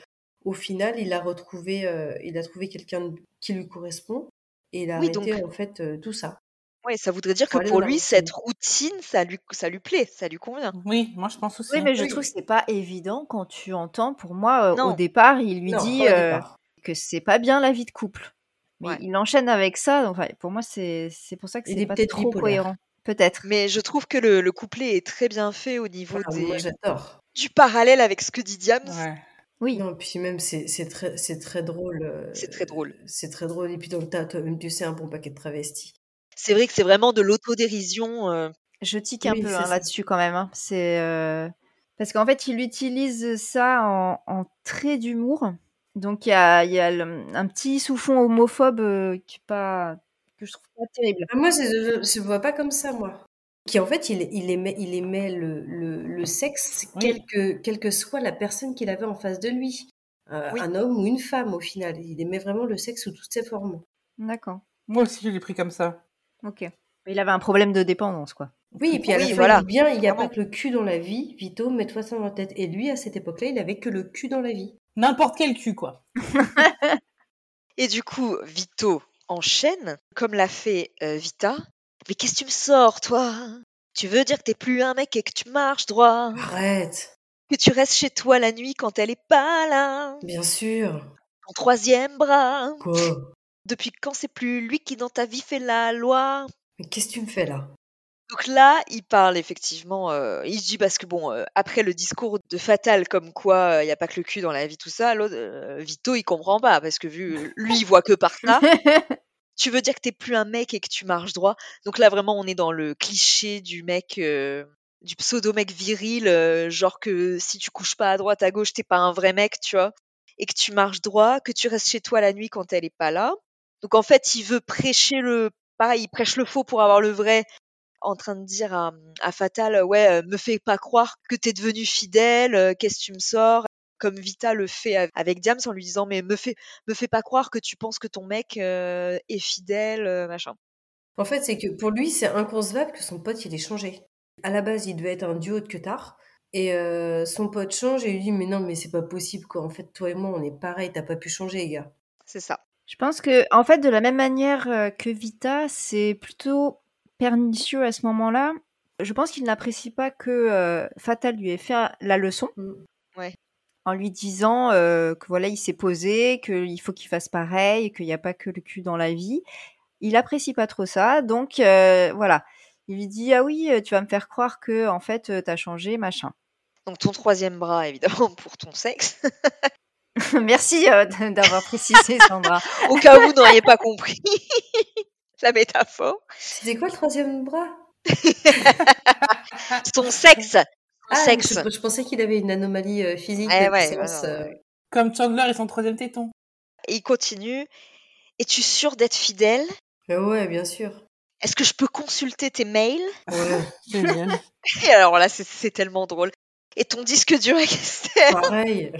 S4: au final, il a retrouvé, euh, il a trouvé quelqu'un qui lui correspond, et il a
S5: Oui,
S4: arrêté,
S5: donc-
S4: en fait, euh, tout ça.
S5: Ouais, ça voudrait dire
S4: Pour
S5: que
S4: aller
S5: pour
S4: dans la
S5: lui,
S4: routine.
S5: cette routine, ça lui, ça lui plaît, ça lui convient.
S6: Oui, moi je pense aussi.
S1: Oui, mais je
S4: Oui.
S1: trouve que c'est pas évident quand tu entends. Pour moi, euh,
S5: Non.
S1: au départ, il lui
S4: Non,
S1: dit
S4: pas au
S1: euh,
S4: départ.
S1: que c'est pas bien la vie de couple. Mais
S5: Ouais.
S1: il enchaîne avec ça. donc, enfin, pour moi, c'est c'est pour ça que
S4: Il
S1: c'est
S4: est
S1: pas
S4: peut-être
S1: trop
S4: bipolaire. Mmh.
S1: cohérent. Peut-être.
S5: Mais je trouve que le, le couplet est très bien fait au niveau
S4: Ah,
S5: des,
S4: moi, j'adore.
S5: du parallèle avec ce que dit Diams.
S6: Ouais.
S1: Oui.
S4: Non, puis même, c'est c'est très, c'est très drôle. euh,
S5: C'est très drôle.
S4: C'est très drôle. Et puis dans le tas, toi-même, tu sais, un bon paquet de travestis.
S5: C'est vrai que c'est vraiment de l'autodérision. euh,
S1: Je tique un
S4: Oui,
S1: peu
S4: c'est
S1: hein,
S4: ça.
S1: là-dessus quand même. hein. C'est euh, parce qu'en fait, il utilise ça en, en trait d'humour. Donc il y a, il y a le- un petit sous-fond homophobe euh, qui est pas que je trouve pas terrible.
S4: Ah, moi, je ne vois pas comme ça, moi. Qui en fait, il, il aimait, il aimait le, le, le sexe,
S6: Oui.
S4: quelle, que, quelle que soit la personne qu'il avait en face de lui. Euh,
S5: Oui.
S4: Un homme ou une femme, au final. Il aimait vraiment le sexe sous toutes ses formes.
S1: D'accord.
S6: Moi aussi, je l'ai pris comme ça.
S1: Ok. Mais il avait un problème de dépendance, quoi.
S4: Oui, et puis à la
S5: Oui,
S4: fin,
S5: voilà.
S4: il dit bien, il n'y a
S5: Vraiment.
S4: pas que le cul dans la vie. Vito, mets-toi ça dans la tête. Et lui, à cette époque-là, il avait que le cul dans la vie.
S6: N'importe quel cul, quoi.
S5: Et du coup, Vito enchaîne, comme l'a fait euh, Vita. Mais qu'est-ce que tu me sors, toi Tu veux dire que t'es plus un mec et que tu marches droit
S4: Arrête,
S5: Que tu restes chez toi la nuit quand elle est pas là
S4: bien sûr.
S5: Ton troisième bras
S4: Quoi
S5: Depuis quand c'est plus lui qui dans ta vie fait la loi
S4: Mais qu'est-ce que tu me fais là
S5: Donc là, il parle effectivement, euh, il se dit parce que bon, euh, après le discours de Fatal comme quoi euh, il n'y a pas que le cul dans la vie, tout ça, l'autre, euh, Vito, il comprend pas parce que vu, lui, il voit que par ça.
S4: Ah.
S5: tu veux dire que t'es plus un mec et que tu marches droit. Donc là, vraiment, on est dans le cliché du mec, euh, du pseudo-mec viril, euh, genre que si tu couches pas à droite, à gauche, t'es pas un vrai mec, tu vois. Et que tu marches droit, que tu restes chez toi la nuit quand elle est pas là. Donc en fait, il veut prêcher le, pareil, il prêche le faux pour avoir le vrai, en train de dire à, à Fatal, ouais, euh, me fais pas croire que t'es devenu fidèle, euh, qu'est-ce que tu me sors comme Vita le fait av- avec Diams en lui disant mais me fais me fais pas croire que tu penses que ton mec euh, est fidèle, euh, machin.
S4: En fait, c'est que pour lui, c'est inconcevable que son pote, il ait changé. À la base, il devait être un duo de queutards. Et euh, son pote change et il lui dit Mais non, mais c'est pas possible, quoi. En fait, toi et moi, on est pareil, t'as pas pu changer, les gars.
S5: C'est ça.
S1: Je pense que, en fait, de la même manière euh, que Vita, c'est plutôt pernicieux à ce moment-là. Je pense qu'il n'apprécie pas que euh, Fatal lui ait fait la leçon.
S4: Mm.
S5: Ouais.
S1: En lui disant euh, que voilà, il s'est posé, qu'il faut qu'il fasse pareil, qu'il n'y a pas que le cul dans la vie. Il apprécie pas trop ça, donc euh, voilà. Il lui dit ah oui, euh, tu vas me faire croire que en fait euh, t'as changé, machin.
S5: Donc ton troisième bras, évidemment, pour ton sexe.
S1: Merci euh, d'avoir précisé Sandra.
S5: Au cas où vous n'auriez pas compris la métaphore.
S4: C'était quoi le troisième bras
S5: Ton sexe. Ton sexe.
S4: Ah, Je, je pensais qu'il avait une anomalie euh, physique.
S5: Eh
S4: de
S5: ouais,
S4: naissance,
S5: ouais, ouais,
S4: euh,
S6: Comme Chandler et son troisième téton.
S5: Et il continue. Es-tu sûr d'être fidèle
S4: mais ouais, bien sûr.
S5: Est-ce que je peux consulter tes mails
S4: Ouais.
S6: Génial.
S5: Et alors là, c'est- c'est tellement drôle. Et ton disque dur externe
S4: pareil.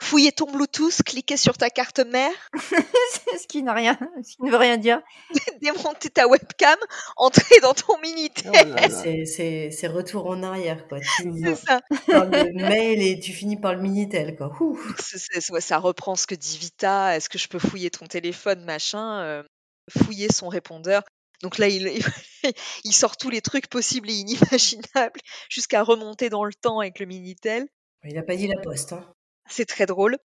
S5: Fouiller ton Bluetooth, cliquer sur ta carte mère,
S1: ce qui n'a rien, ce qui ne veut rien dire.
S5: démonter ta webcam, entrer dans ton Minitel.
S6: Oh là là.
S4: C'est- C'est c'est retour en arrière, quoi. Tu
S5: C'est ça.
S4: parles de mail et tu finis par le Minitel, quoi. Ouh.
S5: C'est- c'est- ouais, ça reprend ce que dit Vita, est-ce que je peux fouiller ton téléphone, machin, euh, fouiller son répondeur. Donc là, il, il sort tous les trucs possibles et inimaginables jusqu'à remonter dans le temps avec le Minitel.
S4: Il a pas dit la poste, hein.
S5: C'est très drôle.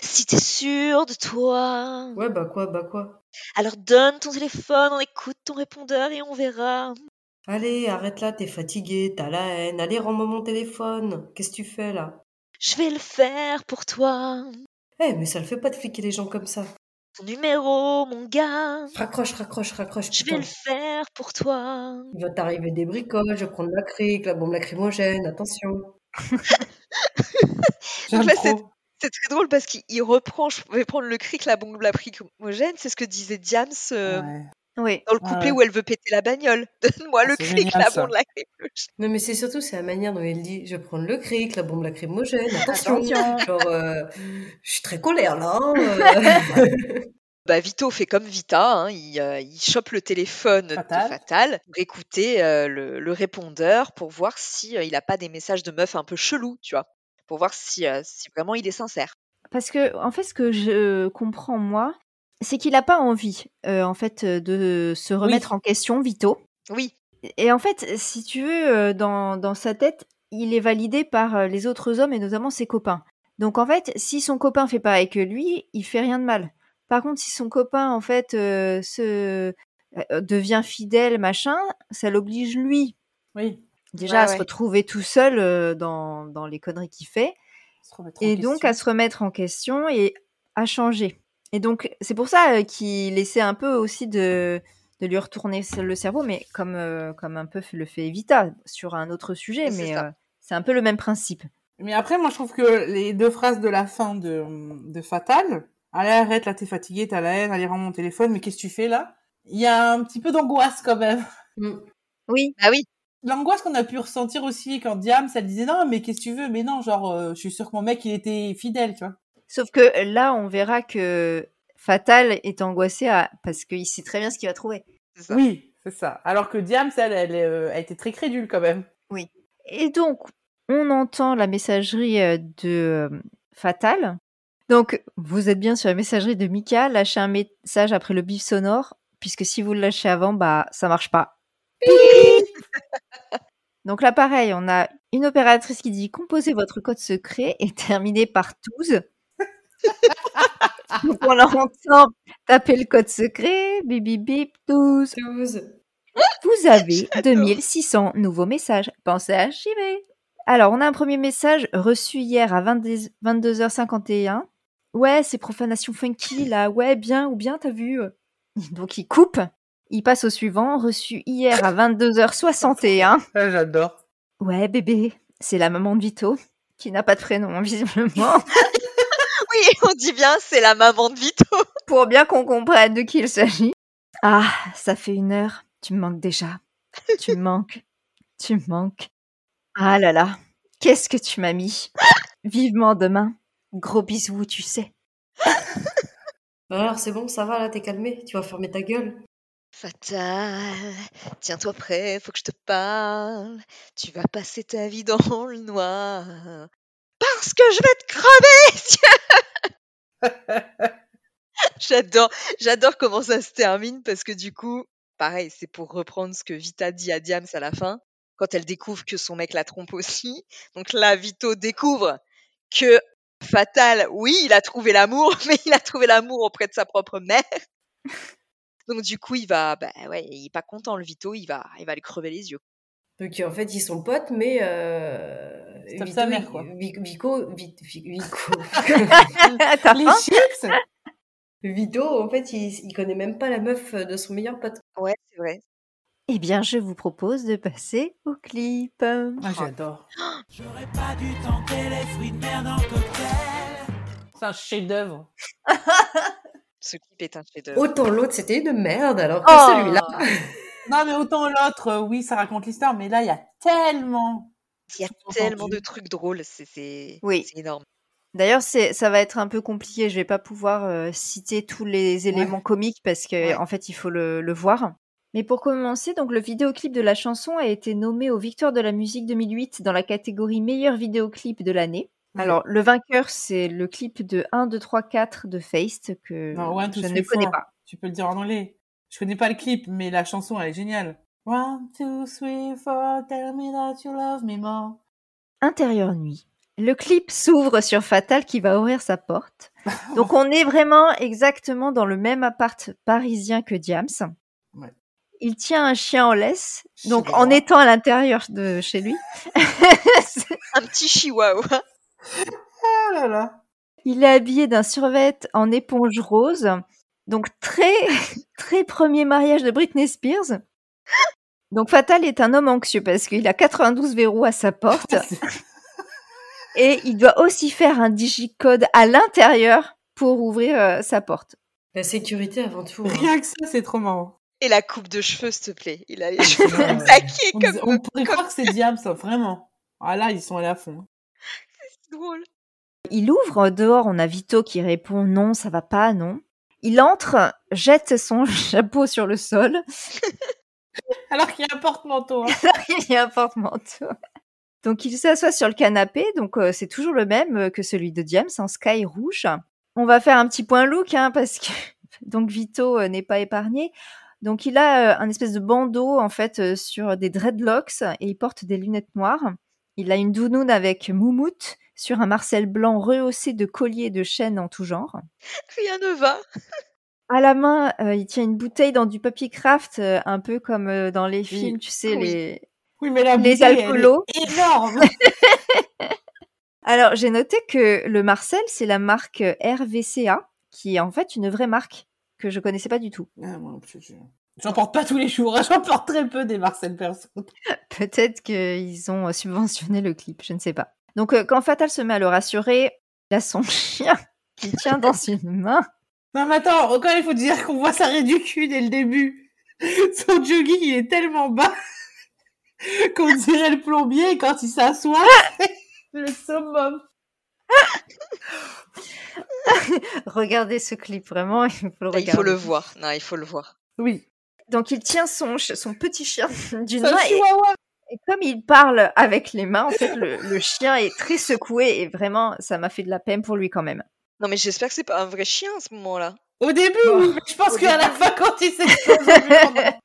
S5: Si t'es sûr de toi,
S4: Ouais, bah quoi, bah quoi.
S5: alors donne ton téléphone, on écoute ton répondeur et on verra.
S4: Allez, arrête là, t'es fatigué, t'as la haine. Allez, rends-moi mon téléphone. Qu'est-ce que tu fais, là
S5: Je vais le faire pour toi.
S4: Eh, mais ça le fait pas de fliquer les gens comme ça.
S5: Ton numéro, mon gars.
S4: Raccroche, raccroche, raccroche,
S5: Je vais
S4: putain.
S5: le faire pour toi.
S4: Il va t'arriver des bricoles, je vais prendre la crique, la bombe lacrymogène, attention.
S6: J'aime
S5: là, c'est-
S6: trop.
S5: C'est très drôle parce qu'il il reprend, je vais prendre le cric, la bombe lacrymogène, c'est ce que disait Diams euh,
S6: Ouais.
S1: Oui.
S5: dans le
S6: Ouais,
S5: couplet
S6: ouais.
S5: où elle veut péter la bagnole. Donne-moi
S6: Ah,
S5: le
S6: c'est
S5: cric,
S6: génial,
S5: la
S6: ça.
S5: bombe lacrymogène.
S4: Non, mais c'est surtout, c'est la manière dont il dit, je vais prendre le cric, la bombe lacrymogène, attention.
S1: Attention.
S4: Genre, euh, je suis très colère, là. hein, euh.
S5: Bah, Vito fait comme Vita, hein, il, euh, il chope le téléphone
S6: Fatal.
S5: de Fatal pour écouter euh, le, le répondeur pour voir si euh, il a pas des messages de meuf un peu chelou, tu vois, pour voir si, euh, si vraiment il est sincère.
S1: Parce que, en fait, ce que je comprends, moi, c'est qu'il n'a pas envie, euh, en fait, euh, de se remettre en question, Vito.
S5: Oui,
S1: Et en fait, si tu veux, euh, dans, dans sa tête, il est validé par euh, les autres hommes et notamment ses copains. Donc, en fait, si son copain fait pareil que lui, il fait rien de mal. Par contre, si son copain, en fait, euh, se euh, devient fidèle, machin, ça l'oblige, lui,
S6: Oui.
S1: déjà,
S5: Ouais,
S1: à se
S5: ouais.
S1: retrouver tout seul euh, dans, dans les conneries qu'il fait.
S6: Se remettre en
S1: et donc
S6: question.
S1: à se remettre en question et à changer. Et donc c'est pour ça euh, qu'il essaie un peu aussi de, de lui retourner le cerveau, mais comme, euh, comme un peu le fait Evita sur un autre sujet,
S5: C'est
S1: mais
S5: ça.
S1: euh, c'est un peu le même principe.
S6: Mais après, moi, je trouve que les deux phrases de la fin de, de Fatal, allez, arrête, là, t'es fatigué, t'as la haine, allez, rends mon téléphone, mais qu'est-ce que tu fais là Il y a un petit peu d'angoisse quand même.
S4: Mm.
S1: Oui,
S5: ah oui,
S6: L'angoisse qu'on a pu ressentir aussi quand Diam, ça disait non, mais qu'est-ce que tu veux Mais non, genre, euh, je suis sûre que mon mec, il était fidèle, tu vois.
S1: sauf que là on verra que Fatal est angoissé à- parce qu'il sait très bien ce qu'il va trouver.
S5: C'est ça.
S6: Oui, c'est ça. Alors que Diams, elle, elle, est, euh, a été très crédule quand même.
S1: Et donc, on entend la messagerie euh, de euh, Fatal. Donc, vous êtes bien sur la messagerie de Mika. Lâchez un message après le bif sonore, puisque si vous le lâchez avant, bah, ça marche pas. Donc là, pareil, on a une opératrice qui dit composez votre code secret et terminez par 12. Donc on leur entend taper le code secret, bip bip bip, 12.
S4: 12.
S1: Vous avez
S5: J'adore.
S1: 2600 nouveaux messages. Pensez à archiver. Alors, on a un premier message reçu hier à 22 22h51. Ouais, c'est profanation funky, là. Ouais, bien, ou bien, t'as vu. euh. Donc, il coupe. Il passe au suivant, reçu hier à 22h61.
S6: Ah, J'adore.
S1: Ouais, bébé, c'est la maman de Vito, qui n'a pas de prénom, hein, visiblement.
S5: Oui, on dit bien, c'est la maman de Vito.
S1: pour bien qu'on comprenne de qui il s'agit. Ah, ça fait une heure. Tu me manques déjà. Tu me manques. Tu me manques. Ah là là. Qu'est-ce que tu m'as mis Vivement demain. Gros bisous, tu sais.
S4: Bah, Alors, c'est bon, ça va, là, t'es calmé. Tu vas fermer ta gueule.
S5: Fatal, tiens-toi prêt, faut que je te parle. Tu vas passer ta vie dans le noir. Parce que je vais te cramer J'adore, j'adore comment ça se termine parce que du coup, pareil, c'est pour reprendre ce que Vita dit à Diams à la fin, quand elle découvre que son mec la trompe aussi. Donc là, Vito découvre que Fatal, oui, il a trouvé l'amour, mais il a trouvé l'amour auprès de sa propre mère. Donc du coup, il va, bah ouais, il est pas content le Vito, il va, il va lui crever les yeux.
S4: Donc, en fait, ils sont potes, mais. Euh,
S6: C'est comme sa mère, quoi.
S4: Vi- Vico, Vi- Vi- Vico.
S1: T'as
S6: Les
S1: faim
S6: chips Ah,
S4: Vito, en fait, il, il connaît même pas la meuf de son meilleur pote.
S5: Ouais, c'est vrai.
S1: Eh bien, je vous propose de passer au clip.
S6: Ah, J'adore.
S7: J'aurais pas dû tenter les fruits de mer dans le cocktail.
S6: C'est un chef-d'œuvre.
S5: Ce clip est un chef-d'œuvre.
S4: Autant l'autre, c'était une merde, alors que celui-là.
S6: Non, mais autant l'autre, euh, oui, ça raconte l'histoire, mais là, il y a tellement.
S5: Il y a
S6: Sous-entendu.
S5: tellement de trucs drôles, c'est, c'est,
S1: Oui.
S5: c'est énorme.
S1: D'ailleurs, c'est- ça va être un peu compliqué. Je vais pas pouvoir euh, citer tous les éléments comiques parce que
S6: Ouais.
S1: en fait, il faut le, le voir. Mais pour commencer, donc le vidéoclip de la chanson a été nommé aux Victoires de la musique 2008 dans la catégorie meilleur vidéoclip de l'année.
S6: Ouais.
S1: Alors, le vainqueur, c'est le clip de 1, 2, 3, 4 de Feist que
S6: Non, One, Two,
S1: je ne
S6: Three,
S1: connais
S6: Four.
S1: pas.
S6: Tu peux le dire en anglais. Je connais pas le clip, mais la chanson, elle est géniale. One, two, three, four, tell me that you love me more.
S1: Intérieur nuit. Le clip s'ouvre sur Fatal qui va ouvrir sa porte. Donc on est vraiment exactement dans le même appart parisien que Diams.
S6: Ouais.
S1: Il tient un chien en laisse,
S6: Chez
S1: donc
S6: les
S1: en
S6: Noirs.
S1: étant à l'intérieur de chez lui.
S5: Un petit chihuahua.
S6: Ah là là.
S1: Il est habillé d'un survêt en éponge rose, donc très très premier mariage de Britney Spears. Donc Fatal est un homme anxieux parce qu'il a 92 verrous à sa porte. Et il doit aussi faire un digicode à l'intérieur pour ouvrir euh, sa porte.
S4: La sécurité avant tout. hein.
S6: Rien que ça, c'est trop marrant.
S5: Et la coupe de cheveux, s'il te plaît. Il a les cheveux
S6: Ouais, ouais.
S5: taqués
S6: On,
S5: comme
S6: dis- on pourrait croire que c'est Diams, hein, vraiment. Ah là, ils sont allés à fond.
S5: c'est drôle.
S1: Il ouvre euh, dehors, on a Vito qui répond non, ça va pas, non. Il entre, jette son chapeau sur le sol.
S6: Alors qu'il y a un porte-manteau. hein.
S1: Il y a un porte-manteau. Donc il s'assoit sur le canapé, donc euh, c'est toujours le même euh, que celui de James en sky rouge. On va faire un petit point look hein, parce que donc Vito euh, n'est pas épargné. Donc il a euh, un espèce de bandeau en fait euh, sur des dreadlocks et il porte des lunettes noires. Il a une dounoune avec moumoute sur un marcel blanc rehaussé de colliers et de chaînes en tout genre.
S5: Rien ne va.
S1: À la main, euh, il tient une bouteille dans du papier craft, euh, un peu comme euh, dans les films, tu sais,
S5: Oui.
S1: les,
S6: Oui, mais la
S1: Les
S6: bouteille, elle est
S1: alcoolos.
S6: énorme.
S1: Alors, j'ai noté que le Marcel, c'est la marque euh, RVCA, qui est en fait une vraie marque que je connaissais pas du tout.
S6: Ah, moi non plus, je- J'en porte pas tous les jours, hein, j'en porte très peu des Marcel Perso.
S1: Peut-être qu'ils ont euh, subventionné le clip, je ne sais pas. Donc, euh, quand Fatal se met à le rassurer, il a son chien qu'il tient dans une main.
S6: Non mais attends, encore il faut dire qu'on voit sa raie du cul dès le début. Son jogging il est tellement bas qu'on dirait le plombier et quand il s'assoit, le summum.
S1: Regardez ce clip, vraiment, il faut le
S5: Là,
S1: regarder.
S5: Bah, il faut le voir. Non, il faut le voir.
S6: Oui.
S1: Donc il tient son, ch- son petit chien d'une
S6: Ça
S1: main
S6: me
S1: et,
S6: chihuahua.
S1: et comme il parle avec les mains, en fait, le, le chien est très secoué et vraiment, ça m'a fait de la peine pour lui quand même.
S5: Non, mais j'espère que c'est pas un vrai chien à ce moment-là.
S6: Au début,
S1: Bon.
S6: oui, mais je pense
S1: Au
S6: qu'à la fin, quand il s'est explosé,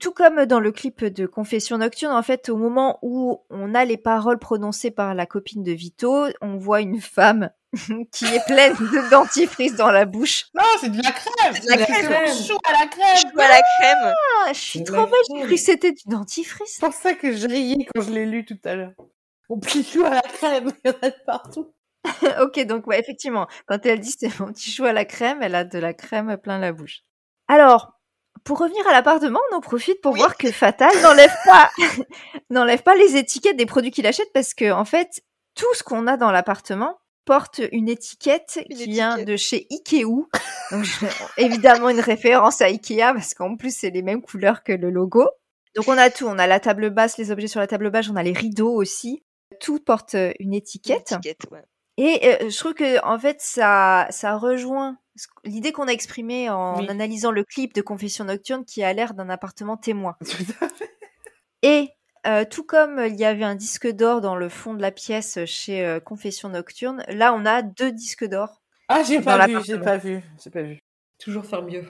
S1: Tout comme dans le clip de Confession nocturne, en fait, au moment où on a les paroles prononcées par la copine de Vito, on voit une femme qui est pleine de dentifrice dans la bouche.
S6: non, c'est de la crème.
S5: de la
S4: crème.
S6: C'est chou à la crème.
S5: Chou à la crème.
S1: Ah, je suis trop belle, j'ai cru que c'était du dentifrice.
S6: C'est pour ça que je riais quand je l'ai lu tout à l'heure. On plie chou à la crème, il y en a de partout.
S1: ok, donc ouais, effectivement, quand elle dit c'est mon petit chou à la crème, elle a de la crème plein la bouche. Alors, pour revenir à l'appartement, on en profite pour
S5: Oui.
S1: voir que Fatal n'enlève pas, n'enlève pas les étiquettes des produits qu'il achète parce que en fait, tout ce qu'on a dans l'appartement porte une étiquette qui
S5: Une
S1: vient
S5: étiquette.
S1: de chez Ikeu. Donc, je- évidemment, une référence à Ikea parce qu'en plus, c'est les mêmes couleurs que le logo. Donc, on a tout. On a la table basse, les objets sur la table basse, on a les rideaux aussi. Tout porte euh, une étiquette.
S5: Étiquette, ouais.
S1: Et euh, je trouve que en fait ça ça rejoint ce qu- l'idée qu'on a exprimée en
S6: Oui.
S1: analysant le clip de Confession nocturne qui a l'air d'un appartement témoin. Et euh, tout comme il y avait un disque d'or dans le fond de la pièce chez euh, Confession nocturne, là on a deux disques d'or.
S6: Ah, j'ai
S1: Dans
S6: pas, vu, j'ai
S1: l'appartement.
S6: pas vu, j'ai pas vu.
S4: Toujours faire mieux.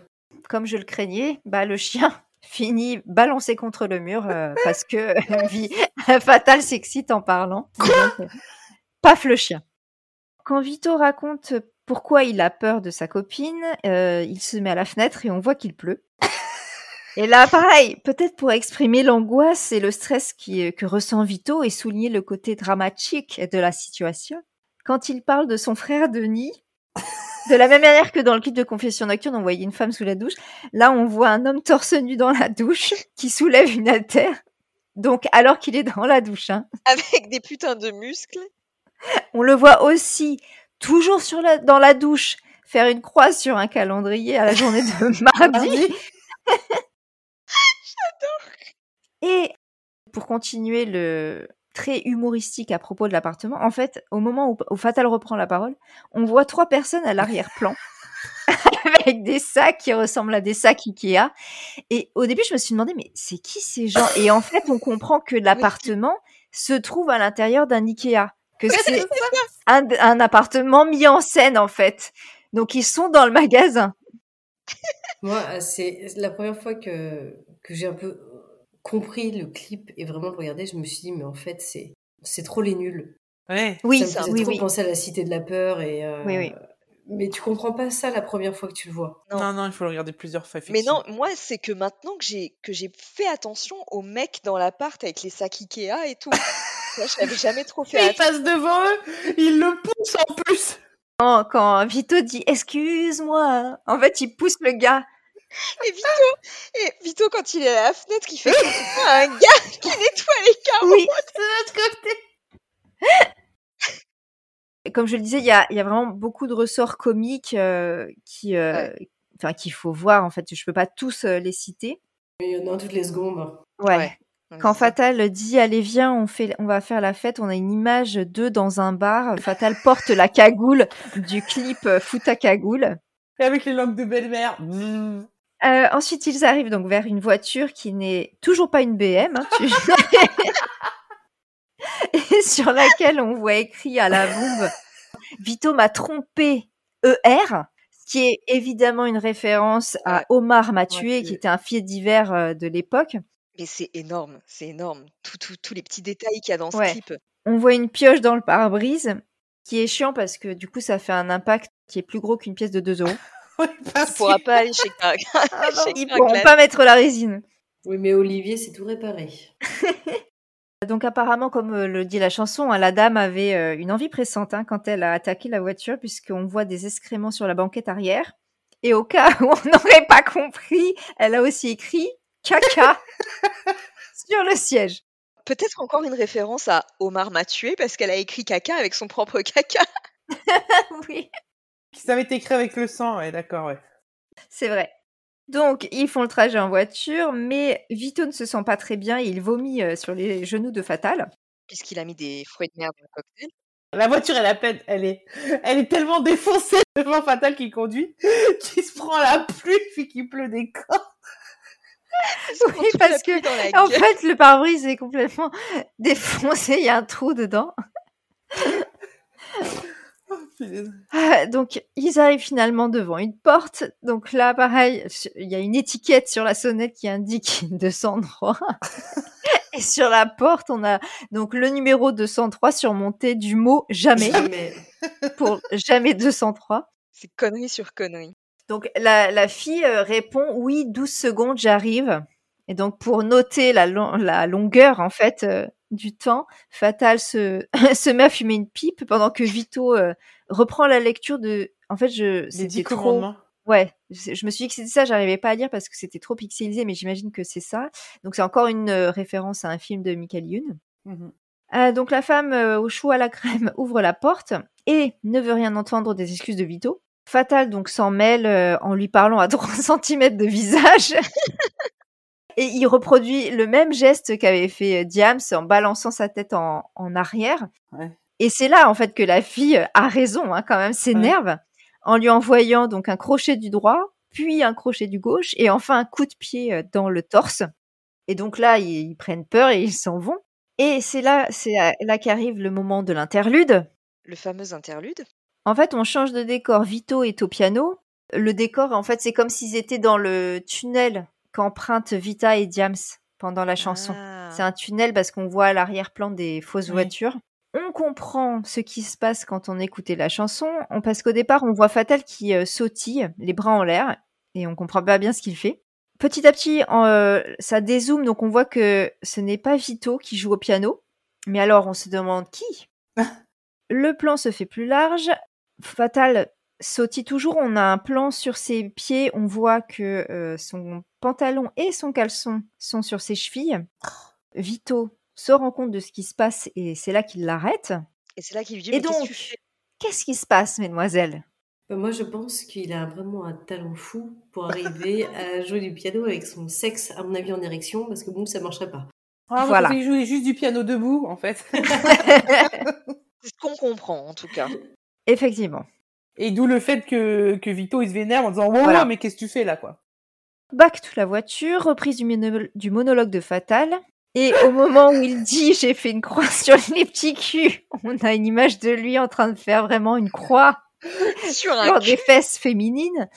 S1: Comme je le craignais, bah le chien finit balancé contre le mur euh, parce que vie fatale s'excite en parlant. Donc, euh, Paf le chien. Quand Vito raconte pourquoi il a peur de sa copine, euh, il se met à la fenêtre et on voit qu'il pleut. Et là, pareil, peut-être pour exprimer l'angoisse et le stress qui, euh, que ressent Vito et souligner le côté dramatique de la situation. Quand il parle de son frère Denis, de la même manière que dans le clip de Confession nocturne, on voyait une femme sous la douche, là on voit un homme torse nu dans la douche qui soulève une haltère. Donc alors qu'il est dans la douche, hein.
S5: Avec des putains de muscles.
S1: On le voit aussi, toujours sur la- dans la douche, faire une croix sur un calendrier à la journée de mardi. Et pour continuer le trait humoristique à propos de l'appartement, en fait, au moment où, où Fatal reprend la parole, on voit trois personnes à l'arrière-plan avec des sacs qui ressemblent à des sacs Ikea. Et au début, je me suis demandé, mais c'est qui ces gens Et en fait, on comprend que l'appartement se trouve à l'intérieur d'un Ikea. Que c'est un, un appartement mis en scène en fait. Donc ils sont dans le magasin.
S4: Moi, euh, c'est la première fois que, que j'ai un peu euh, compris le clip et vraiment le regarder, je me suis dit, mais en fait, c'est, c'est trop les nuls.
S6: Ouais.
S1: Oui,
S4: ça me faisait
S1: oui,
S4: trop
S1: oui.
S4: penser à la cité de la peur et. euh,
S1: Oui, oui.
S4: Mais tu comprends pas ça la première fois que tu le vois.
S5: Non.
S6: Non, non, il faut le regarder plusieurs fois.
S5: Mais non,
S6: effectivement.
S5: moi, c'est que maintenant que j'ai que j'ai fait attention aux mecs dans l'appart avec les sacs Ikea et tout. Moi, je n'avais jamais trop fait
S6: il
S5: attention.
S6: passe devant eux, il le pousse en plus.
S1: Quand, quand Vito dit excuse-moi, en fait il pousse le gars.
S5: Et Vito, et Vito, quand il est à la fenêtre, qui fait comme un gars qui nettoie les carreaux.
S1: Oui, de l'autre côté. Et Comme je le disais, il y a, il y a vraiment beaucoup de ressorts comiques euh, qui, euh, enfin qu'il faut voir en fait. Je peux pas tous euh, les citer.
S4: Il y en a un toutes les secondes. hein.
S1: Ouais.
S5: Ouais.
S1: Quand Fatal dit allez viens on fait on va faire la fête on a une image d'eux dans un bar Fatal porte la cagoule du clip euh, Fouta cagoule
S6: Et avec les langues de belle-mère. bzzz.
S1: Euh, ensuite, ils arrivent donc vers une voiture qui n'est toujours pas une BM. hein, tu- Et sur laquelle on voit écrit à la bombe Vito m'a trompé ER, ce qui est évidemment une référence à Omar m'a tué, qui était un fait divers euh, de l'époque.
S5: Mais c'est énorme, c'est énorme. Tout, tout- tous les petits détails qu'il y a dans ce
S1: Ouais.
S5: clip.
S1: On voit une pioche dans le pare-brise, qui est chiant parce que du coup, ça fait un impact qui est plus gros qu'une pièce de 2 euros.
S6: Ouais,
S5: On
S1: Ah,
S6: parce
S5: ne
S6: que-
S5: pourra pas aller chez Craig.
S1: Ils pourront pas mettre la résine.
S4: Oui, mais Olivier, c'est tout réparé.
S1: Donc apparemment, comme euh, le dit la chanson, hein, la dame avait euh, une envie pressante hein, quand elle a attaqué la voiture, puisqu'on voit des excréments sur la banquette arrière. Et au cas où on n'aurait pas compris, elle a aussi écrit caca sur le siège.
S5: Peut-être encore une référence à Omar m'a tué parce qu'elle a écrit caca avec son propre caca.
S1: Ah oui,
S6: Ça avait été écrit avec le sang, ouais, d'accord, ouais.
S1: c'est vrai. Donc ils font le trajet en voiture, mais Vito ne se sent pas très bien et il vomit euh, sur les genoux de Fatal.
S5: Puisqu'il a mis des fruits de mer dans le cocktail.
S6: La voiture, elle, appelle, elle, est, elle est tellement défoncée devant Fatal qui conduit, qu'il se prend la pluie puis qu'il pleut des corps.
S1: Oui, parce que
S5: dans la
S1: en
S5: gueule.
S1: fait, le pare-brise est complètement défoncé. Il y a un trou dedans. Ah, Donc, ils arrivent finalement devant une porte. Donc là, pareil, su- il y a une étiquette sur la sonnette qui indique 203. Et sur la porte, on a donc le numéro 203 surmonté du mot
S5: Ah,
S1: jamais
S4: Ah, Mais
S1: pour jamais 203.
S5: C'est connerie sur connerie.
S1: Donc la, la fille euh, répond oui, 12 secondes, j'arrive. Et donc pour noter la, lo- la longueur en fait euh, du temps, Fatal se, se met à fumer une pipe pendant que Vito euh, reprend la lecture de. En fait, je
S6: Les
S1: c'était
S6: dix
S1: trop.
S6: commandements.
S1: Ouais, je je me suis dit que c'était ça, j'arrivais pas à lire parce que c'était trop pixelisé, mais j'imagine que c'est ça. Donc c'est encore une euh, référence à un film de Michael Youn.
S6: Mhm.
S1: Euh, donc la femme euh, au chou à la crème ouvre la porte et ne veut rien entendre des excuses de Vito. Fatal donc s'en mêle euh, en lui parlant à 3 cm de visage. et il reproduit le même geste qu'avait fait euh, Diams en balançant sa tête en, en arrière.
S6: Ouais.
S1: Et c'est là en fait que la fille euh, a raison hein, quand même, s'énerve en lui envoyant donc un crochet du droit, puis un crochet du gauche et enfin un coup de pied euh, dans le torse. Et donc là, ils, ils prennent peur et ils s'en vont. Et c'est là, c'est à- là qu'arrive le moment de l'interlude.
S5: Le fameux interlude.
S1: En fait, on change de décor. Vito est au piano. Le décor, en fait, c'est comme s'ils étaient dans le tunnel qu'empruntent Vita et Diams pendant la chanson.
S5: Ah.
S1: C'est un tunnel parce qu'on voit à l'arrière-plan des fausses
S6: Oui.
S1: voitures. On comprend ce qui se passe quand on écoutait la chanson, on, parce qu'au départ, on voit Fatal qui euh, sautille, les bras en l'air, et on comprend pas bien ce qu'il fait. Petit à petit, en, euh, ça dézoome, donc on voit que ce n'est pas Vito qui joue au piano, mais alors on se demande qui Le plan se fait plus large, Fatal sautille toujours, on a un plan sur ses pieds, on voit que euh, son pantalon et son caleçon sont sur ses chevilles. Vito se rend compte de ce qui se passe et c'est là qu'il l'arrête.
S5: Et c'est là qu'il lui dit
S1: Et
S5: mais qu'est-ce que
S1: donc-
S5: tu fais
S1: Qu'est-ce qui se passe, mesdemoiselles
S4: Ben, Moi, je pense qu'il a vraiment un talent fou pour arriver à jouer du piano avec son sexe, à mon avis, en érection, parce que bon, ça marcherait pas.
S6: Ah,
S1: Voilà.
S6: voilà. Il jouait juste du piano debout, en fait.
S5: C'est ce qu'on comprend en tout cas.
S1: Effectivement.
S6: Et d'où le fait que, que Vito, il se vénère en disant Ouais,
S1: Voilà.
S6: mais qu'est-ce que tu fais là, quoi
S1: Back toute la voiture, reprise du, mono- du monologue de Fatal. Et au moment où il dit j'ai fait une croix sur les petits culs, on a une image de lui en train de faire vraiment une croix
S5: Sur un
S1: lors
S5: cul.
S1: des fesses féminines.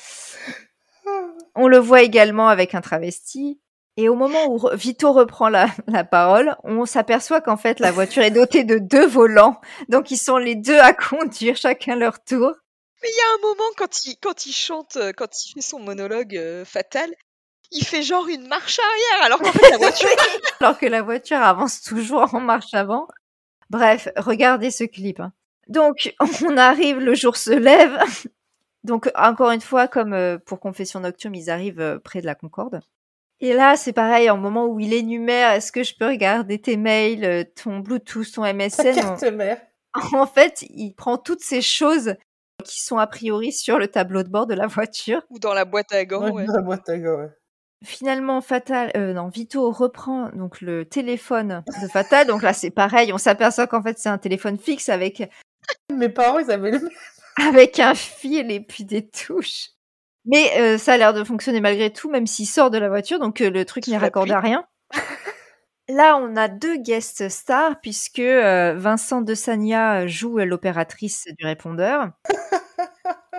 S1: On le voit également avec un travesti. Et au moment où re- Vito reprend la, la parole, on s'aperçoit qu'en fait la voiture est dotée de deux volants. Donc ils sont les deux à conduire chacun leur tour.
S5: Mais il y a un moment quand il, quand il chante, euh, quand il fait son monologue euh, fatal, il fait genre une marche arrière alors qu'en fait la voiture.
S1: alors que la voiture avance toujours en marche avant. Bref, regardez ce clip. hein. Donc, on arrive, le jour se lève. Donc, encore une fois, comme euh, pour Confession Nocturne, ils arrivent euh, près de la Concorde. Et là, c'est pareil, au moment où il énumère, est-ce que je peux regarder tes mails, euh, ton Bluetooth, ton
S6: Ta
S1: MSN
S6: carte mère.
S1: en fait, il prend toutes ces choses qui sont a priori sur le tableau de bord de la voiture.
S5: Ou dans la boîte à
S1: Oh,
S5: gants. ouais.
S6: Dans la boîte à gants, ouais.
S1: Finalement, Fatal, euh, non, Vito reprend donc le téléphone de Fatal. Donc là, c'est pareil. On s'aperçoit qu'en fait, c'est un téléphone fixe avec
S6: Mes parents, ils avaient le même.
S1: avec un fil et puis des touches. Mais euh, ça a l'air de fonctionner malgré tout, même s'il sort de la voiture. Donc euh, le truc
S5: Sous
S1: n'est
S5: la
S1: raccordé
S5: pluie.
S1: à rien. Là, on a deux guest stars puisque euh, Vincent de Sagna joue euh, l'opératrice du répondeur.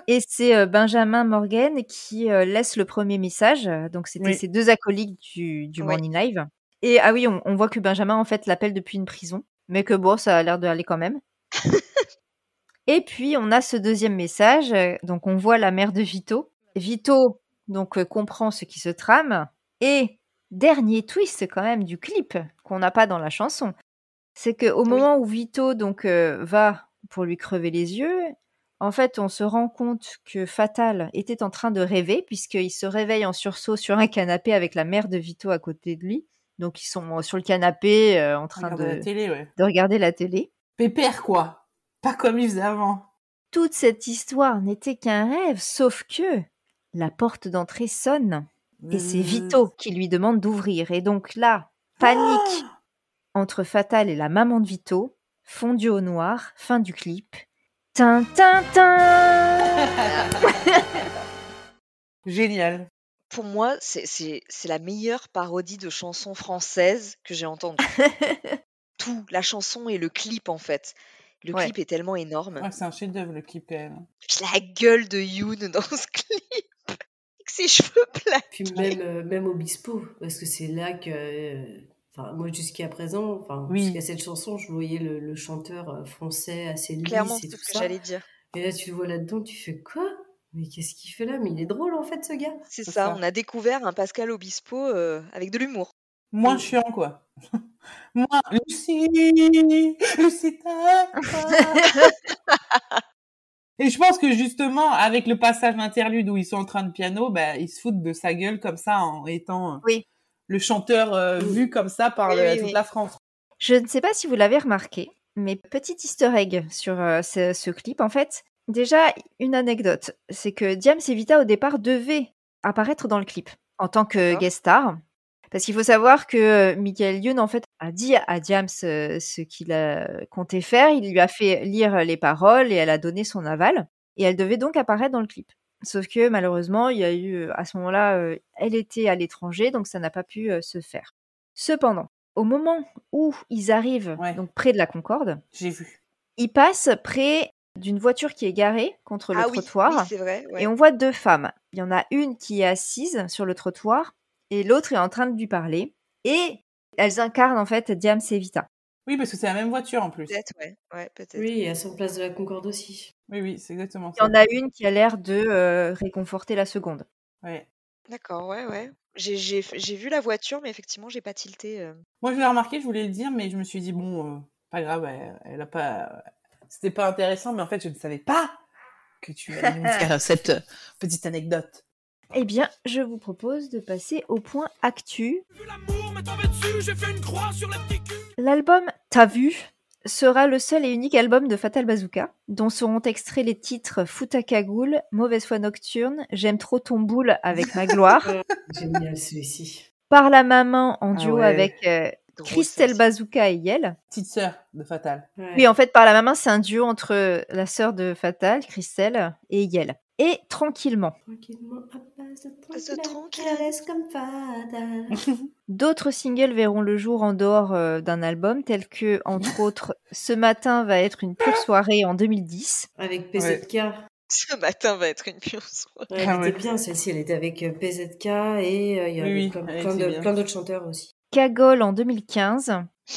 S1: Et c'est euh, Benjamin Morgan qui euh, laisse le premier message. Donc, c'était
S6: Oui.
S1: ces deux acolytes du, du
S5: Ouais.
S1: Morning Live. Et ah oui, on, on voit que Benjamin, en fait, l'appelle depuis une prison. Mais que bon, ça a l'air d'aller quand même. Et puis, on a ce deuxième message. euh, Donc, on voit la mère de Vito. Vito, donc, euh, comprend ce qui se trame. Et dernier twist, quand même, du clip, qu'on n'a pas dans la chanson. C'est qu'au moment où Vito, donc, euh, va pour lui crever les yeux, en fait, on se rend compte que Fatal était en train de rêver, puisqu'il se réveille en sursaut sur un canapé avec la mère de Vito à côté de lui. Donc, ils sont euh, sur le canapé euh, en train
S6: Regarde la
S1: de,
S6: télé, ouais.
S1: de regarder la télé.
S6: Pépère, quoi. Pas comme ils faisaient avant.
S1: Toute cette histoire n'était qu'un rêve, sauf que la porte d'entrée sonne et
S6: Euh,
S1: c'est
S6: Mmh.
S1: Vito qui lui demande d'ouvrir. Et donc là, panique entre Fatal et la maman de Vito. fondu au noir, fin du clip. Tin, tin, tin
S6: Génial.
S5: Pour moi, c'est- c'est c'est la meilleure parodie de chanson française que j'ai entendue. Tout, la chanson et le clip en fait. Le
S1: Ouais.
S5: clip est tellement énorme.
S6: Ouais, c'est un chef-d'œuvre le clip. quand même.
S5: Puis la gueule de Yoon dans ce clip, avec ses cheveux plats.
S4: Puis même, euh, même Obispo, parce que c'est là que. euh, Enfin, moi, jusqu'à présent, enfin,
S6: Oui.
S4: jusqu'à cette chanson, je voyais le, le chanteur euh, français assez lisse
S5: Clairement,
S4: et
S5: c'est
S4: tout
S5: ce que
S4: ça.
S5: j'allais dire.
S4: Et là, tu le vois là-dedans, tu fais quoi Mais qu'est-ce qu'il fait là Mais il est drôle, en fait, ce gars.
S5: C'est
S6: C'est
S5: ça,
S6: ça.
S5: on a découvert un Pascal Obispo euh, avec de l'humour.
S6: Moins chiant, quoi. Moins. Lucie Lucita Et je pense que justement, avec le passage d'interlude où ils sont en train de piano, bah, ils se foutent de sa gueule comme ça en étant euh,
S1: Oui.
S6: le chanteur euh, vu comme ça par
S5: Oui,
S6: le-
S5: oui,
S6: toute
S5: oui.
S6: la France.
S1: Je ne sais pas si vous l'avez remarqué, mais petit easter egg sur euh, ce, ce clip, en fait. Déjà, une anecdote, c'est que Diams et Vita, au départ, devaient apparaître dans le clip en tant que
S5: D'accord.
S1: guest star. Parce qu'il faut savoir que euh, Michael Youn, en fait, a dit à Diams euh, ce qu'il euh, comptait faire. Il lui a fait lire les paroles et elle a donné son aval. Et elle devait donc apparaître dans le clip. Sauf que malheureusement, il y a eu, euh, à ce moment-là, euh, elle était à l'étranger, donc ça n'a pas pu euh, se faire. Cependant, au moment où ils arrivent
S6: Ouais.
S1: donc près de la Concorde,
S6: J'ai vu.
S1: ils passent près d'une voiture qui est garée contre le
S5: ah oui,
S1: trottoir
S5: oui, c'est vrai. ouais.
S1: et on voit deux femmes. Il y en a une qui est assise sur le trottoir et l'autre est en train de lui parler et elles incarnent en fait Diam Sevita.
S6: Oui, parce que c'est la même voiture en plus.
S5: Peut-être, ouais. ouais, peut-être.
S4: Oui, et à son place de la Concorde aussi.
S6: Oui, oui, c'est exactement
S1: Il y
S6: ça.
S1: en a une qui a l'air de euh, réconforter la seconde.
S6: Ouais.
S5: D'accord, ouais, ouais. J'ai- J'ai j'ai vu la voiture, mais effectivement, j'ai pas tilté. euh.
S6: Moi, je l'ai remarqué, je voulais le dire, mais je me suis dit, bon, euh, pas grave, elle, elle a pas. C'était pas intéressant, mais en fait, je ne savais pas que tu allais nous faire cette euh, petite anecdote.
S1: Eh bien, je vous propose de passer au point actu.
S7: L'amour m'est tombé dessus, j'ai fait une croix sur la petite cul.
S1: L'album T'as vu sera le seul et unique album de Fatal Bazooka, dont seront extraits les titres Futakagoul, Mauvaise foi nocturne, J'aime trop ton boule avec ma gloire,
S4: Génial, celui-ci.
S1: Par la maman en
S6: Ah
S1: duo
S6: ouais.
S1: avec euh,
S5: Drôle, ça
S1: Christelle
S5: aussi.
S1: Bazooka et Yel.
S6: Petite sœur de Fatal.
S4: Ouais.
S1: Oui, en fait, Par la maman, c'est un duo entre la sœur de Fatal, Christelle, et Yel. Et tranquillement.
S4: Tranquillement, à base de
S5: Passe de
S4: tranquille,
S5: tranquille.
S4: à l'aise comme fatal.
S1: D'autres singles verront le jour en dehors euh, d'un album, tels que, entre autres, Ce matin va être une pure soirée en 2010,
S4: Avec PZK.
S5: Ce matin va être une pure soirée.
S4: Ouais, elle
S6: Ah ouais.
S4: était bien, celle-ci. Elle était avec euh, PZK et euh, il y avait
S6: Oui, oui,
S4: plein,
S6: elle
S4: plein
S6: était
S4: de-
S6: bien.
S4: plein d'autres chanteurs aussi.
S1: Cagole en 2015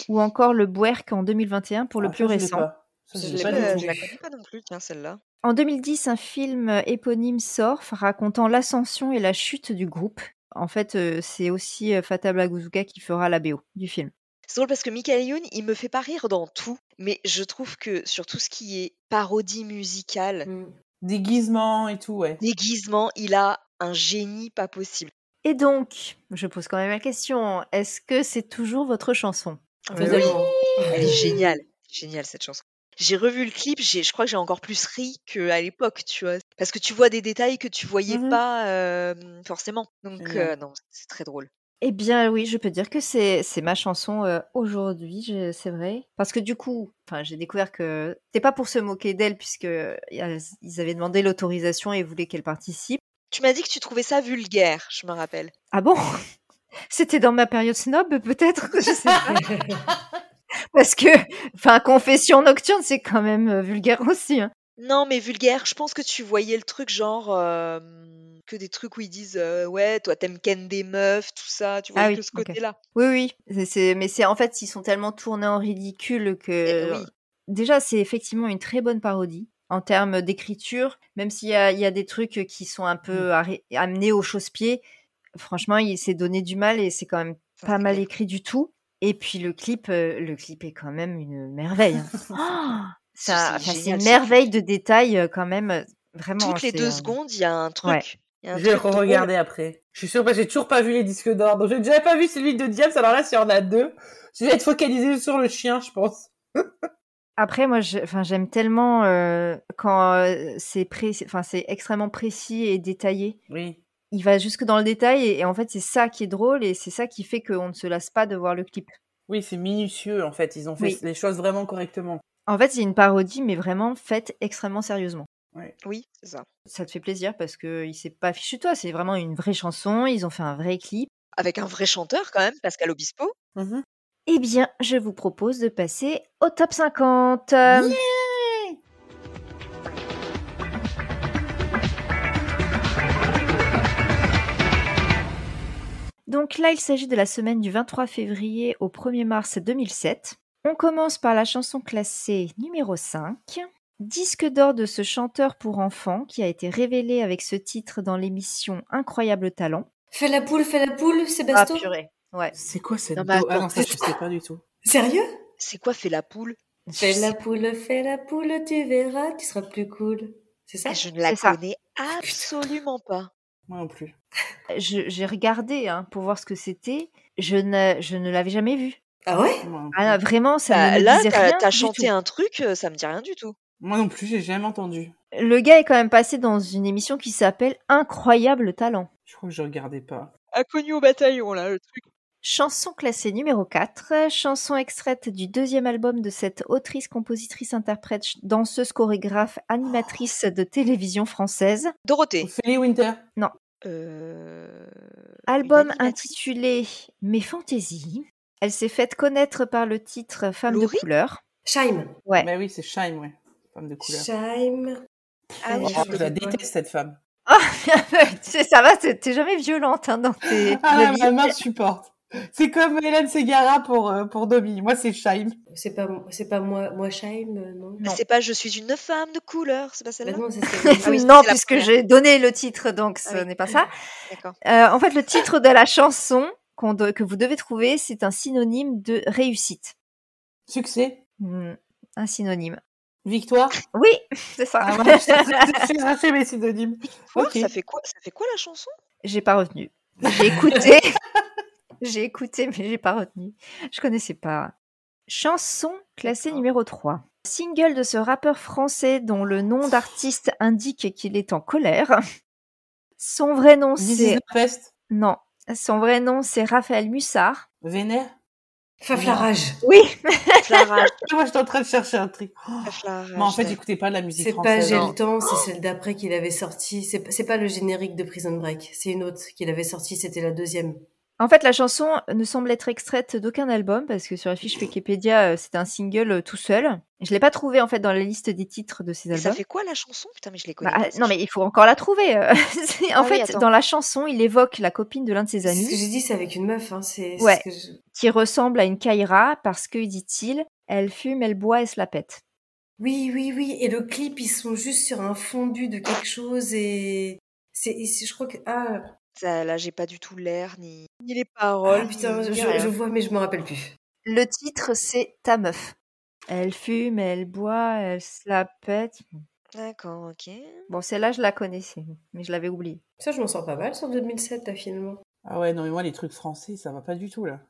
S1: ou encore le Bwerk en 2021 pour le
S6: Ah,
S1: plus
S6: ça, je l'ai
S1: récent.
S6: pas. Ça,
S4: Je
S5: Je,
S6: je l'ai
S4: l'ai
S6: pas
S4: pas,
S6: du
S5: la-
S4: non
S6: tout.
S5: je la
S4: plus.
S5: connais pas non plus, tiens, celle-là.
S1: En 2010, un film éponyme sort racontant l'ascension et la chute du groupe. En fait, euh, c'est aussi euh, Fata Blagouzouka qui fera la BO du film.
S5: C'est drôle parce que Michael Youn, il me fait pas rire dans tout, mais je trouve que sur tout ce qui est parodie musicale,
S4: Mm.
S6: Déguisement et tout, ouais.
S5: déguisement, il a un génie pas possible.
S1: Et donc, je pose quand même la question, est-ce que c'est toujours votre chanson
S5: Mais oui,
S4: Totalement.
S5: elle
S1: Euh,
S5: est géniale, géniale cette chanson. J'ai revu le clip, j'ai- je crois que j'ai encore plus ri qu'à l'époque, tu vois. Parce que tu vois des détails que tu voyais
S1: Mmh
S6: Mhm.
S5: pas euh, forcément. Donc,
S6: Génial.
S5: euh, non, c'est très drôle.
S1: Eh bien oui, je peux dire que c'est c'est ma chanson euh, aujourd'hui, je- c'est vrai. Parce que du coup, enfin, j'ai découvert que c'était pas pour se moquer d'elle puisque euh, ils avaient demandé l'autorisation et voulaient qu'elle participe.
S5: Tu m'as dit que tu trouvais ça vulgaire, je me rappelle.
S1: Ah bon C'était dans ma période snob, peut-être Je sais pas. Parce que, enfin, confession nocturne, c'est quand même euh, vulgaire aussi. hein.
S5: Non, mais vulgaire, je pense que tu voyais le truc genre euh, que des trucs où ils disent euh, ouais, toi t'aimes ken des meufs, tout ça, tu vois
S1: Ah oui,
S5: que ce
S1: ok.
S5: côté-là.
S1: Oui, oui. c'est- c'est- mais c'est en fait, ils sont tellement tournés en ridicule que. euh,
S5: Eh oui.
S1: Déjà, c'est effectivement une très bonne parodie en termes d'écriture, même s'il y, a- il y a des trucs qui sont un peu arrê- amenés au chausse-pied. Franchement, il s'est donné du mal et c'est quand même
S5: Ça,
S1: pas
S5: c'est
S1: mal
S5: clair.
S1: écrit du tout. Et puis le clip, euh, le clip est quand même une merveille. hein. Ah,
S5: C'est-
S1: ça-
S5: c'est
S1: enfin, c'est
S5: génial,
S1: une
S5: c'est
S1: merveille de détails euh, quand même. euh, Vraiment.
S5: Toutes les
S1: c'est,
S5: deux
S1: euh,
S5: secondes, il y a un truc.
S1: ouais.
S5: il y a un
S6: Je vais
S5: truc drôle.
S6: re-regarder après. Je suis sûre parce que j'ai toujours pas vu les disques d'or. Donc j'ai déjà pas vu celui de Diams. Alors là, s'il y en a deux, je vais être focalisée sur le chien, je pense.
S1: Après, moi, je- enfin, j'aime tellement euh, quand euh, c'est précis- enfin, c'est extrêmement précis et détaillé.
S6: Oui.
S1: il va jusque dans le détail et, et en fait c'est ça qui est drôle et c'est ça qui fait qu'on ne se lasse pas de voir le clip.
S6: Oui, c'est minutieux en fait. Ils ont fait
S1: Oui.
S6: les choses vraiment correctement.
S1: En fait, c'est une parodie, mais vraiment faite extrêmement sérieusement.
S5: Oui, c'est ça.
S1: Ça te fait plaisir parce qu'il s'est pas fichu de toi. C'est vraiment une vraie chanson. Ils ont fait un vrai clip.
S5: Avec un vrai chanteur quand même, Pascal Obispo.
S6: Mhm.
S1: Eh bien, je vous propose de passer au top 50. Euh, Donc là, il s'agit de la semaine du 23 février au 1er mars 2007. On commence par la chanson classée numéro 5, disque d'or de ce chanteur pour enfants qui a été révélé avec ce titre dans l'émission Incroyable Talent.
S4: Fais la poule, fais la poule,
S6: Ah,
S4: Sébastien.
S1: Ah, purée. Ouais.
S6: C'est quoi cette
S5: Non,
S6: do-
S1: bah,
S5: mais
S6: Ah
S5: attends,
S6: non, ça je sais pas du tout.
S4: Sérieux
S5: C'est quoi fait la poule
S4: Fais la poule, fais la poule, tu verras, tu seras plus cool. C'est ça
S5: Eh, Je ne la
S1: Ah, c'est ça.
S5: connais absolument pas.
S6: Moi non plus.
S1: Je- J'ai regardé hein, pour voir ce que c'était. Je ne, je ne l'avais jamais vu.
S4: Ah ouais
S6: Moi non plus.
S1: Ah, vraiment, ça
S5: Bah,
S1: ne me
S5: là,
S1: disait
S5: t'as
S1: rien
S5: t'as
S1: du
S5: chanté
S1: tout.
S5: un truc, euh, ça me dit rien du tout.
S6: Moi non plus, j'ai jamais entendu.
S1: Le gars est quand même passé dans une émission qui s'appelle Incroyable Talent.
S6: Je crois que je regardais pas.
S5: Inconnu au bataillon, là, le truc.
S1: Chanson classée numéro 4, chanson extraite du deuxième album de cette autrice, compositrice, interprète, ch- danseuse, chorégraphe,
S5: Oh.
S1: animatrice de télévision française.
S5: Dorothée.
S6: Ophélie Winter.
S5: Euh,
S1: Album
S5: animatrice.
S1: intitulé Mes fantaisies. Elle s'est faite connaître par le titre Femme
S5: Laurie
S1: de couleur.
S4: Shime.
S1: Ouais.
S6: Bah oui, c'est Shime, ouais. Femme de couleur.
S4: Shime.
S5: Ah oui,
S6: Oh,
S5: je
S1: euh,
S6: je la
S5: connais pas.
S6: déteste cette femme.
S1: Tu sais, ça va, t'es t'es jamais violente hein, dans tes
S6: Ah,
S1: avis.
S6: ma main supporte. C'est comme Hélène Segara pour, euh, pour Domi. Moi, c'est Shime.
S4: C'est pas, c'est pas moi, moi Shime, euh, non
S1: Non.
S5: C'est pas je suis une femme de couleur, c'est pas
S4: Bah
S5: celle-là
S4: non, ça, c'est-
S5: Ah oui,
S1: Euh, non,
S5: c'est la
S1: puisque
S5: première.
S1: j'ai donné le titre, donc ce
S5: Ah oui.
S1: n'est pas ça.
S5: D'accord.
S1: Euh, en fait, le titre de la chanson qu'on doit- que vous devez trouver, c'est un synonyme de réussite.
S6: Succès.
S1: Hmm, un synonyme.
S6: Victoire.
S1: Oui, c'est ça.
S6: Ah, moi, j'ai racheté mes synonymes.
S5: Quoi
S6: Ok.
S5: ça, fait quoi ça fait quoi la chanson
S1: J'ai pas retenu. J'ai écouté. j'ai écouté, mais j'ai pas retenu. Je connaissais pas. Chanson classée
S5: D'accord.
S1: numéro 3. Single de ce rappeur français dont le nom d'artiste indique qu'il est en colère. Son vrai nom,
S6: This is
S1: c'est...
S6: the best.
S1: Non. Son vrai nom, c'est Raphaël Mussard.
S6: Vénère.
S4: Faflarage.
S1: Oui,
S5: Clara,
S6: Ah, Moi, j'étais en train de chercher un truc. Oh.
S5: Clara.
S6: Non, en fait,
S5: je-
S6: j'écoutais pas de la musique
S4: C'est pas
S6: française.
S4: J'ai le temps, c'est celle d'après qu'il avait sorti. C'est c'est pas le générique de Prison Break, c'est une autre qu'il avait sorti, c'était la deuxième.
S1: En fait, la chanson ne semble être extraite d'aucun album parce que sur la fiche Wikipédia, euh, c'est un single euh, tout seul. Je l'ai pas trouvé en fait dans la liste des titres de ces
S5: Mais
S1: albums.
S5: ça fait quoi la chanson Putain, mais je les
S1: Bah,
S5: connais pas.
S1: ah,
S5: ces
S1: non, mais il faut encore la trouver. euh. C'est- en
S5: Ah oui,
S1: fait,
S5: attends.
S1: dans la chanson, il évoque la copine de l'un de ses
S4: C'est ce que
S1: amis
S4: j'ai dit, c'est avec une meuf. Hein. c'est c'est
S1: Ouais.
S4: ce que je-
S1: qui ressemble à une Kaira parce que, dit-il, elle fume, elle boit, elle se la pète.
S4: Oui, oui, oui. Et le clip, ils sont juste sur un fondu de quelque chose et. C'est, et c'est- je crois que. Ah,
S5: Ça, euh, là, j'ai pas du tout l'air ni... ni
S1: Ah,
S5: les
S4: oh,
S5: paroles.
S4: putain,
S5: ni-
S4: je,
S5: ni rien.
S4: je vois, mais je me rappelle plus.
S1: Le titre, c'est Ta meuf. Elle fume, elle boit, elle se la pète.
S5: D'accord, ok.
S1: Bon, celle-là, je la connaissais, mais je l'avais oubliée.
S4: Ça, je m'en sors pas mal sur 2007, là, finalement.
S6: Ah ouais, non, mais moi, les trucs français, ça va pas du tout, là.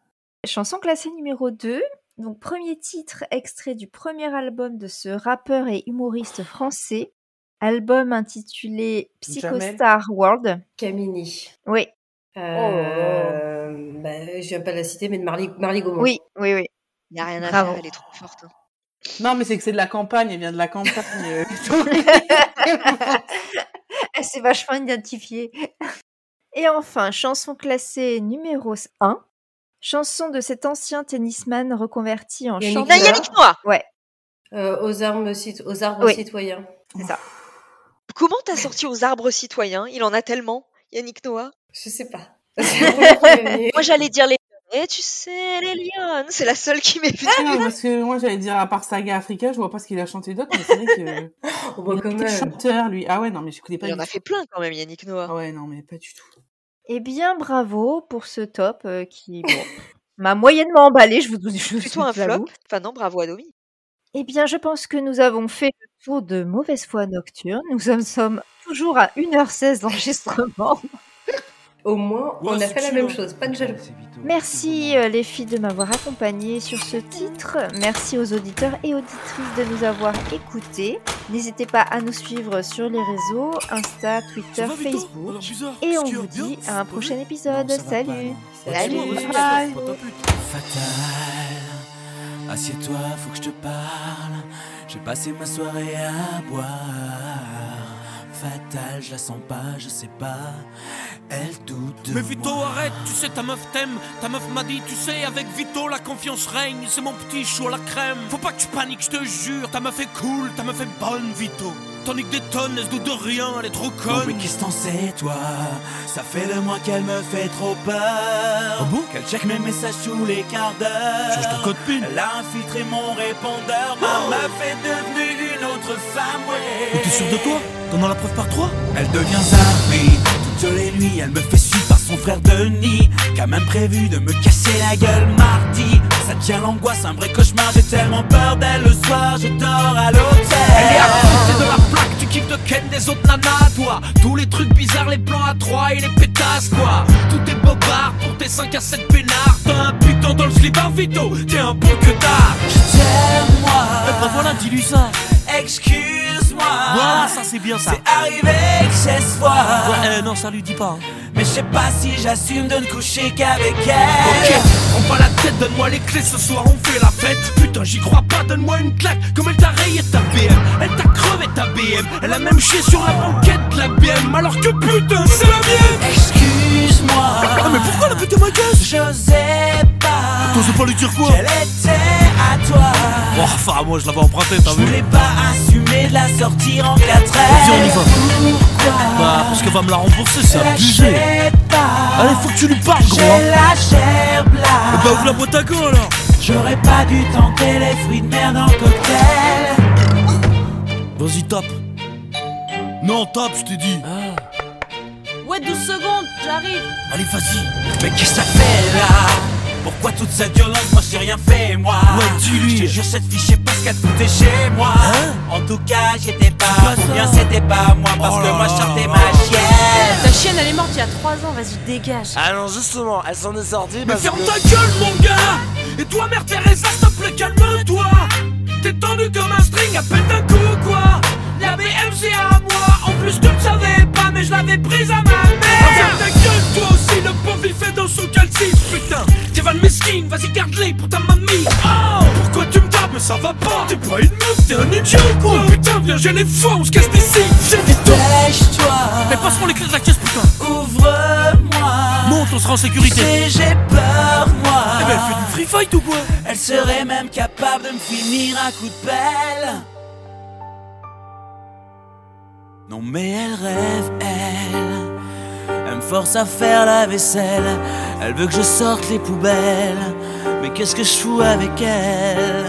S1: Chanson classée numéro 2. Donc, premier titre extrait du premier album de ce rappeur et humoriste français. Album intitulé
S6: Jamel.
S1: Psychostar World.
S4: Camini.
S1: Oui, Oh
S4: Euh, bah, je viens pas de la citer, mais de Marley, Marley Gaumont.
S1: oui, oui, oui.
S5: Il a rien à
S1: Bravo.
S5: faire, elle est trop forte. hein.
S6: Non, mais c'est que c'est de la campagne, elle vient de la campagne. euh.
S1: Elle s'est Ah, vachement identifiée. Et enfin, chanson classée numéro 1. Chanson de cet ancien tennisman reconverti en
S4: Yannick
S1: chanteur.
S4: Noah.
S5: Yannick Noah
S4: Euh, aux armes, cit- aux arbres
S1: Oui.
S4: citoyens.
S5: Comment t'as sorti aux arbres citoyens Il en a tellement, Yannick Noah.
S4: Je sais pas. C'est la première fois que j'ai
S5: Moi, j'allais dire les. Et tu sais, les lions, c'est la seule qui m'est venue.
S6: Non, parce que moi, j'allais dire, à part Saga Africa, je vois pas ce qu'il a chanté d'autre, mais c'est vrai que.
S4: Oh, bah, quand
S6: Il était
S4: même.
S6: chanteur, lui. Ah ouais, non, mais j'écoutais pas
S5: Il en
S6: du
S5: a
S6: tout.
S5: fait plein quand même, Yannick Noah.
S6: Ah ouais, non, mais pas du tout.
S1: Eh bien, bravo pour ce top euh, qui bon, m'a moyennement emballé, je vous je vous
S5: Plutôt un
S1: l'avoue.
S5: flop. Enfin, non, bravo à Domi.
S1: Eh bien, je pense que nous avons fait le tour de Mauvaise Foi Nocturne. Nous en sommes toujours à 1h16 d'enregistrement.
S4: Au moins, on a fait la même chose. Pas de jaloux.
S1: Merci euh, les filles de m'avoir accompagnée sur ce titre. Merci aux auditeurs et auditrices de nous avoir écoutés. N'hésitez pas à nous suivre sur les réseaux, Insta, Twitter, euh, Facebook. Et on vous dit à un prochain épisode. Salut
S4: Salut.
S6: Bye.
S7: Fatal, assieds-toi, faut que je te parle. J'ai passé ma soirée à boire. Fatal, je la sens pas, je sais pas. Elle doute de
S8: Mais Vito,
S7: moi.
S8: arrête, tu sais, ta meuf t'aime. Ta meuf m'a dit, tu sais, avec Vito, la confiance règne. C'est mon petit chou à la crème. Faut pas que tu paniques, je te jure. Ta meuf est cool, ta meuf est bonne, Vito. Tandis que des tonnes, elle se doute de rien, elle est trop
S7: Non,
S8: conne.
S7: mais qu'est-ce que t'en sais, toi Ça fait le mois qu'elle me fait trop peur.
S8: Ah bon
S7: qu'elle check mes messages tous les quarts d'heure.
S8: Change ton code PIN. Oh.
S7: Elle a infiltré mon répondeur. Ma meuf est devenue une autre femme, ouais.
S8: Mais Oh, T'es sûr de toi T'en as la preuve par trois
S7: Elle devient Zari toutes les nuits. Elle me fait suivre par son frère Denis, qui a même prévu de me casser la gueule mardi. Ça tient l'angoisse, un vrai cauchemar. J'ai tellement peur d'elle le soir, je dors à l'hôtel.
S8: Elle est à côté de la plaque, tu kiffes de Ken des autres nanas, toi. Tous les trucs bizarres, les plans à trois et les pétasses, quoi. Tout est bobard pour tes 5 à 7 peinards. T'as un putain dans le slip hein, Vito, t'es un bon que tard.
S7: J'aime-moi.
S8: Eh ben voilà, dis-lui ça.
S7: Excuse-moi.
S8: Voilà, ça Ah, c'est bien ça.
S7: C'est arrivé que chez soi.
S8: Ouais, eh, non, ça lui dit pas. hein.
S7: Mais je sais pas si j'assume de ne coucher qu'avec
S8: Ok,
S7: elle.
S8: prends pas la tête, donne-moi les clés, ce soir on fait la fête. Putain, j'y crois pas, donne-moi une claque. Comme elle t'a rayé ta BM, elle t'a crevé ta BM. Elle a même chié sur la banquette de la BM, alors que putain, c'est la mienne.
S7: Excuse-moi.
S8: Ah, mais pourquoi la putain ma gueule
S7: J'osais pas.
S8: T'oses pas lui dire quoi
S7: Qu'elle était à toi.
S8: Oh, enfin, moi je l'avais emprunté, t'as
S7: Je
S8: vu
S7: voulais pas assumer de la sortir en 4 ailes.
S8: Vas-y, on y va. Bah,
S7: Pourquoi
S8: parce qu'elle va me la rembourser, c'est abusé.
S7: lâchais pas.
S8: Allez, faut que tu lui parles, gros. hein.
S7: J'ai lâché
S8: Eh Bah, ouvre la
S7: blague.
S8: boîte à gants alors.
S7: J'aurais pas dû tenter les fruits de mer dans le cocktail.
S8: Vas-y, tape. Non, tape, je t'ai dit.
S9: Ah. Ouais, 12 secondes, j'arrive.
S8: Allez, vas-y.
S7: Mais qu'est-ce que ça fait là Pourquoi toute cette violence Moi j'ai rien fait, moi.
S8: Ouais, dis-lui.
S7: Je te jure, cette fille, je sais pas ce qu'elle foutait chez moi.
S8: Hein
S7: en tout cas, j'étais
S8: Pas
S7: pas.
S8: ça.
S7: Ou bien c'était pas moi, parce
S8: Oh
S7: que
S8: là
S7: moi
S8: là.
S7: je chantais ma chienne.
S9: Ta chienne, elle est morte il y a 3 ans, vas-y, dégage.
S10: Ah non, justement, elle s'en est sortie
S8: Mais
S10: parce
S8: ferme
S10: que...
S8: ta gueule, mon gars Et toi, mère Teresa, s'il te plaît, calme-toi T'es tendu comme un string à pète un coup, quoi La BM, c'est à moi En plus, tu le savais pas, mais je l'avais prise à ma mère Ferme ta gueule, toi aussi, le pauvre, il fait dans son calcif, putain T'es van mesquine, vas-y, garde-les pour ta mamie Oh Pourquoi tu me tapes Mais ça va pas T'es pas une meuf, t'es un idiot, quoi Oh, Putain, viens, j'ai les fonds, on se casse d'ici Viens vite, toi Mais
S7: Dépêche-toi,
S8: passe-moi les clés de la caisse, putain
S7: ouvre-moi.
S8: Monte, on sera en
S7: Tu
S8: sécurité
S7: sais, j'ai peur, moi.
S8: Eh ben, fais du free fight ou quoi
S7: Elle serait même capable de me finir un coup de pelle. Non, mais elle rêve, elle. Elle me force à faire la vaisselle. Elle veut que je sorte les poubelles. Mais qu'est-ce que je fous avec elle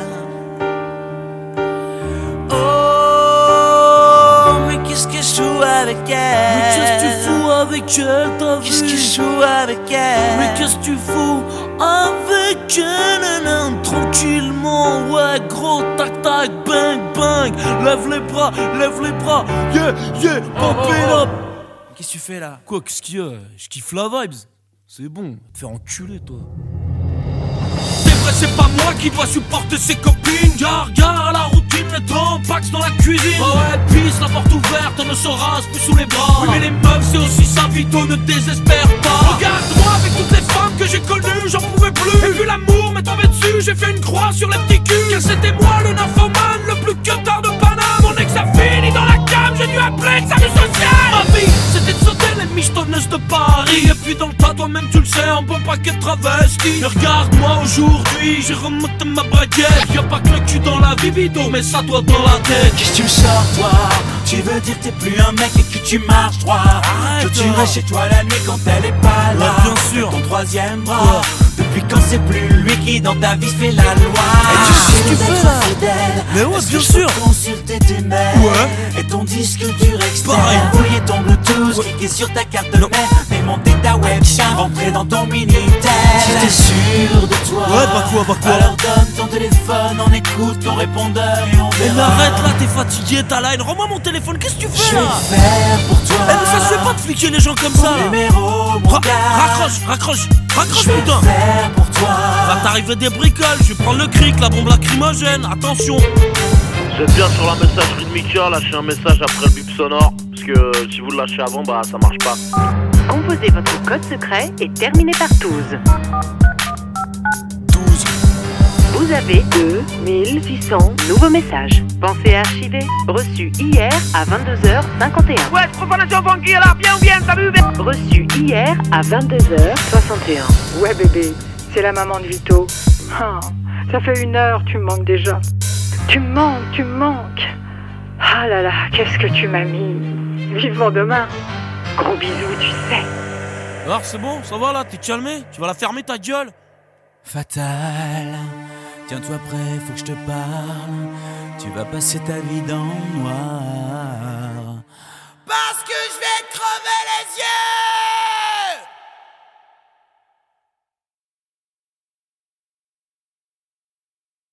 S7: Oh, mais qu'est-ce que je fous avec elle
S8: Mais qu'est-ce que tu fous avec elle, t'as vu
S7: Qu'est-ce que je joue avec elle
S8: Mais qu'est-ce que tu fous avec elle, nanan, Tranquillement, ouais, gros, tac, tac, bang, bang Lève les bras, lève les bras, yeah, yeah, pump it up
S7: Qu'est-ce que tu fais là
S8: Quoi, qu'est-ce qu'il y a Je kiffe la vibes C'est bon, te faire enculer, toi c'est vrai, c'est pas moi qui dois supporter ses copines. Gare, gare à la routine, le temps, Pax dans la cuisine. Oh ouais, pisse, la porte ouverte, on ne se rase plus sous les bras. Oui, mais les meufs, c'est aussi ça, Vito, ne désespère pas. Regarde-moi avec toutes les femmes que j'ai connues, j'en pouvais plus. Et vu l'amour m'est tombé dessus, j'ai fait une croix sur les petits culs. Car c'était moi le nymphomane, le plus que tard de Paname. Mon ex a fini dans la cam, j'ai dû appeler le salut social. Ma vie, c'était de sauter les michetonneuses de Paris. Et puis dans le tas, toi-même, tu le sais, un bon paquet de travestis. Mais regarde-moi aujourd'hui, j'ai remonté ma braguette. Y'a pas que le cul dans la vie, Vito, mais ça doit dans la tête.
S7: Qu'est-ce que tu me sors toi Tu veux dire que t'es plus un mec et que tu marches droit
S8: Arrête,
S7: Que tu
S8: toi.
S7: restes chez toi la nuit quand elle est pas là
S8: Ouais, bien sûr.
S7: Ton troisième bras Depuis quand c'est plus lui qui dans ta vie fait la loi Et Ah. tu sais
S8: tu fais, là Mais ouais, bien sûr.
S7: Consulter tes mails
S8: Ouais.
S7: Et ton disque dur externe
S8: Pareil.
S7: Fouiller ton bluetooth Cliquer sur ta carte de mail Démonter ta webcam Rentrer dans ton minitel Si t'es sûr de toi
S8: Ouais, bah quoi, bah quoi
S7: Alors donne ton téléphone On écoute ton répondeur Et on
S8: Mais
S7: verra
S8: arrête là, t'es fatigué, ta line, rends-moi mon téléphone, qu'est-ce que tu
S7: Je
S8: fais
S7: vais
S8: là
S7: le faire pour toi.
S8: Eh mais ça se fait pas de fliquer les gens comme ça
S7: Ton
S8: là.
S7: numéro, mon
S8: Ra-
S7: gars.
S8: Raccroche, raccroche, raccroche
S7: Je vais le
S8: putain
S7: faire pour toi.
S8: Va t'arriver des bricoles, je vais prendre le cric, la bombe lacrymogène, attention
S11: Vous êtes bien sur la messagerie de Mika, lâchez un message après le bip sonore, parce que euh, si vous le lâchez avant, bah ça marche pas.
S12: Composez votre code secret et terminez par 12.
S11: 12.
S12: Vous avez 2600 nouveaux messages. Pensez à archiver. Reçu hier à 22h51.
S3: Ouais, je prends pas la banquier là, bien ou bien, salut
S12: Reçu hier à 22h61. Ouais bébé, c'est la maman de Vito. Ah, ça fait une heure, tu me manques déjà. Tu me manques, tu me manques. Ah là là, qu'est-ce que tu m'as mis. Vivement demain. Gros bisous, tu sais.
S8: Alors c'est bon, ça va là, t'es calmé Tu vas la fermer ta gueule
S7: Fatal, tiens-toi prêt, faut que je te parle. Tu vas passer ta vie dans le noir.
S3: Parce que je vais crever les yeux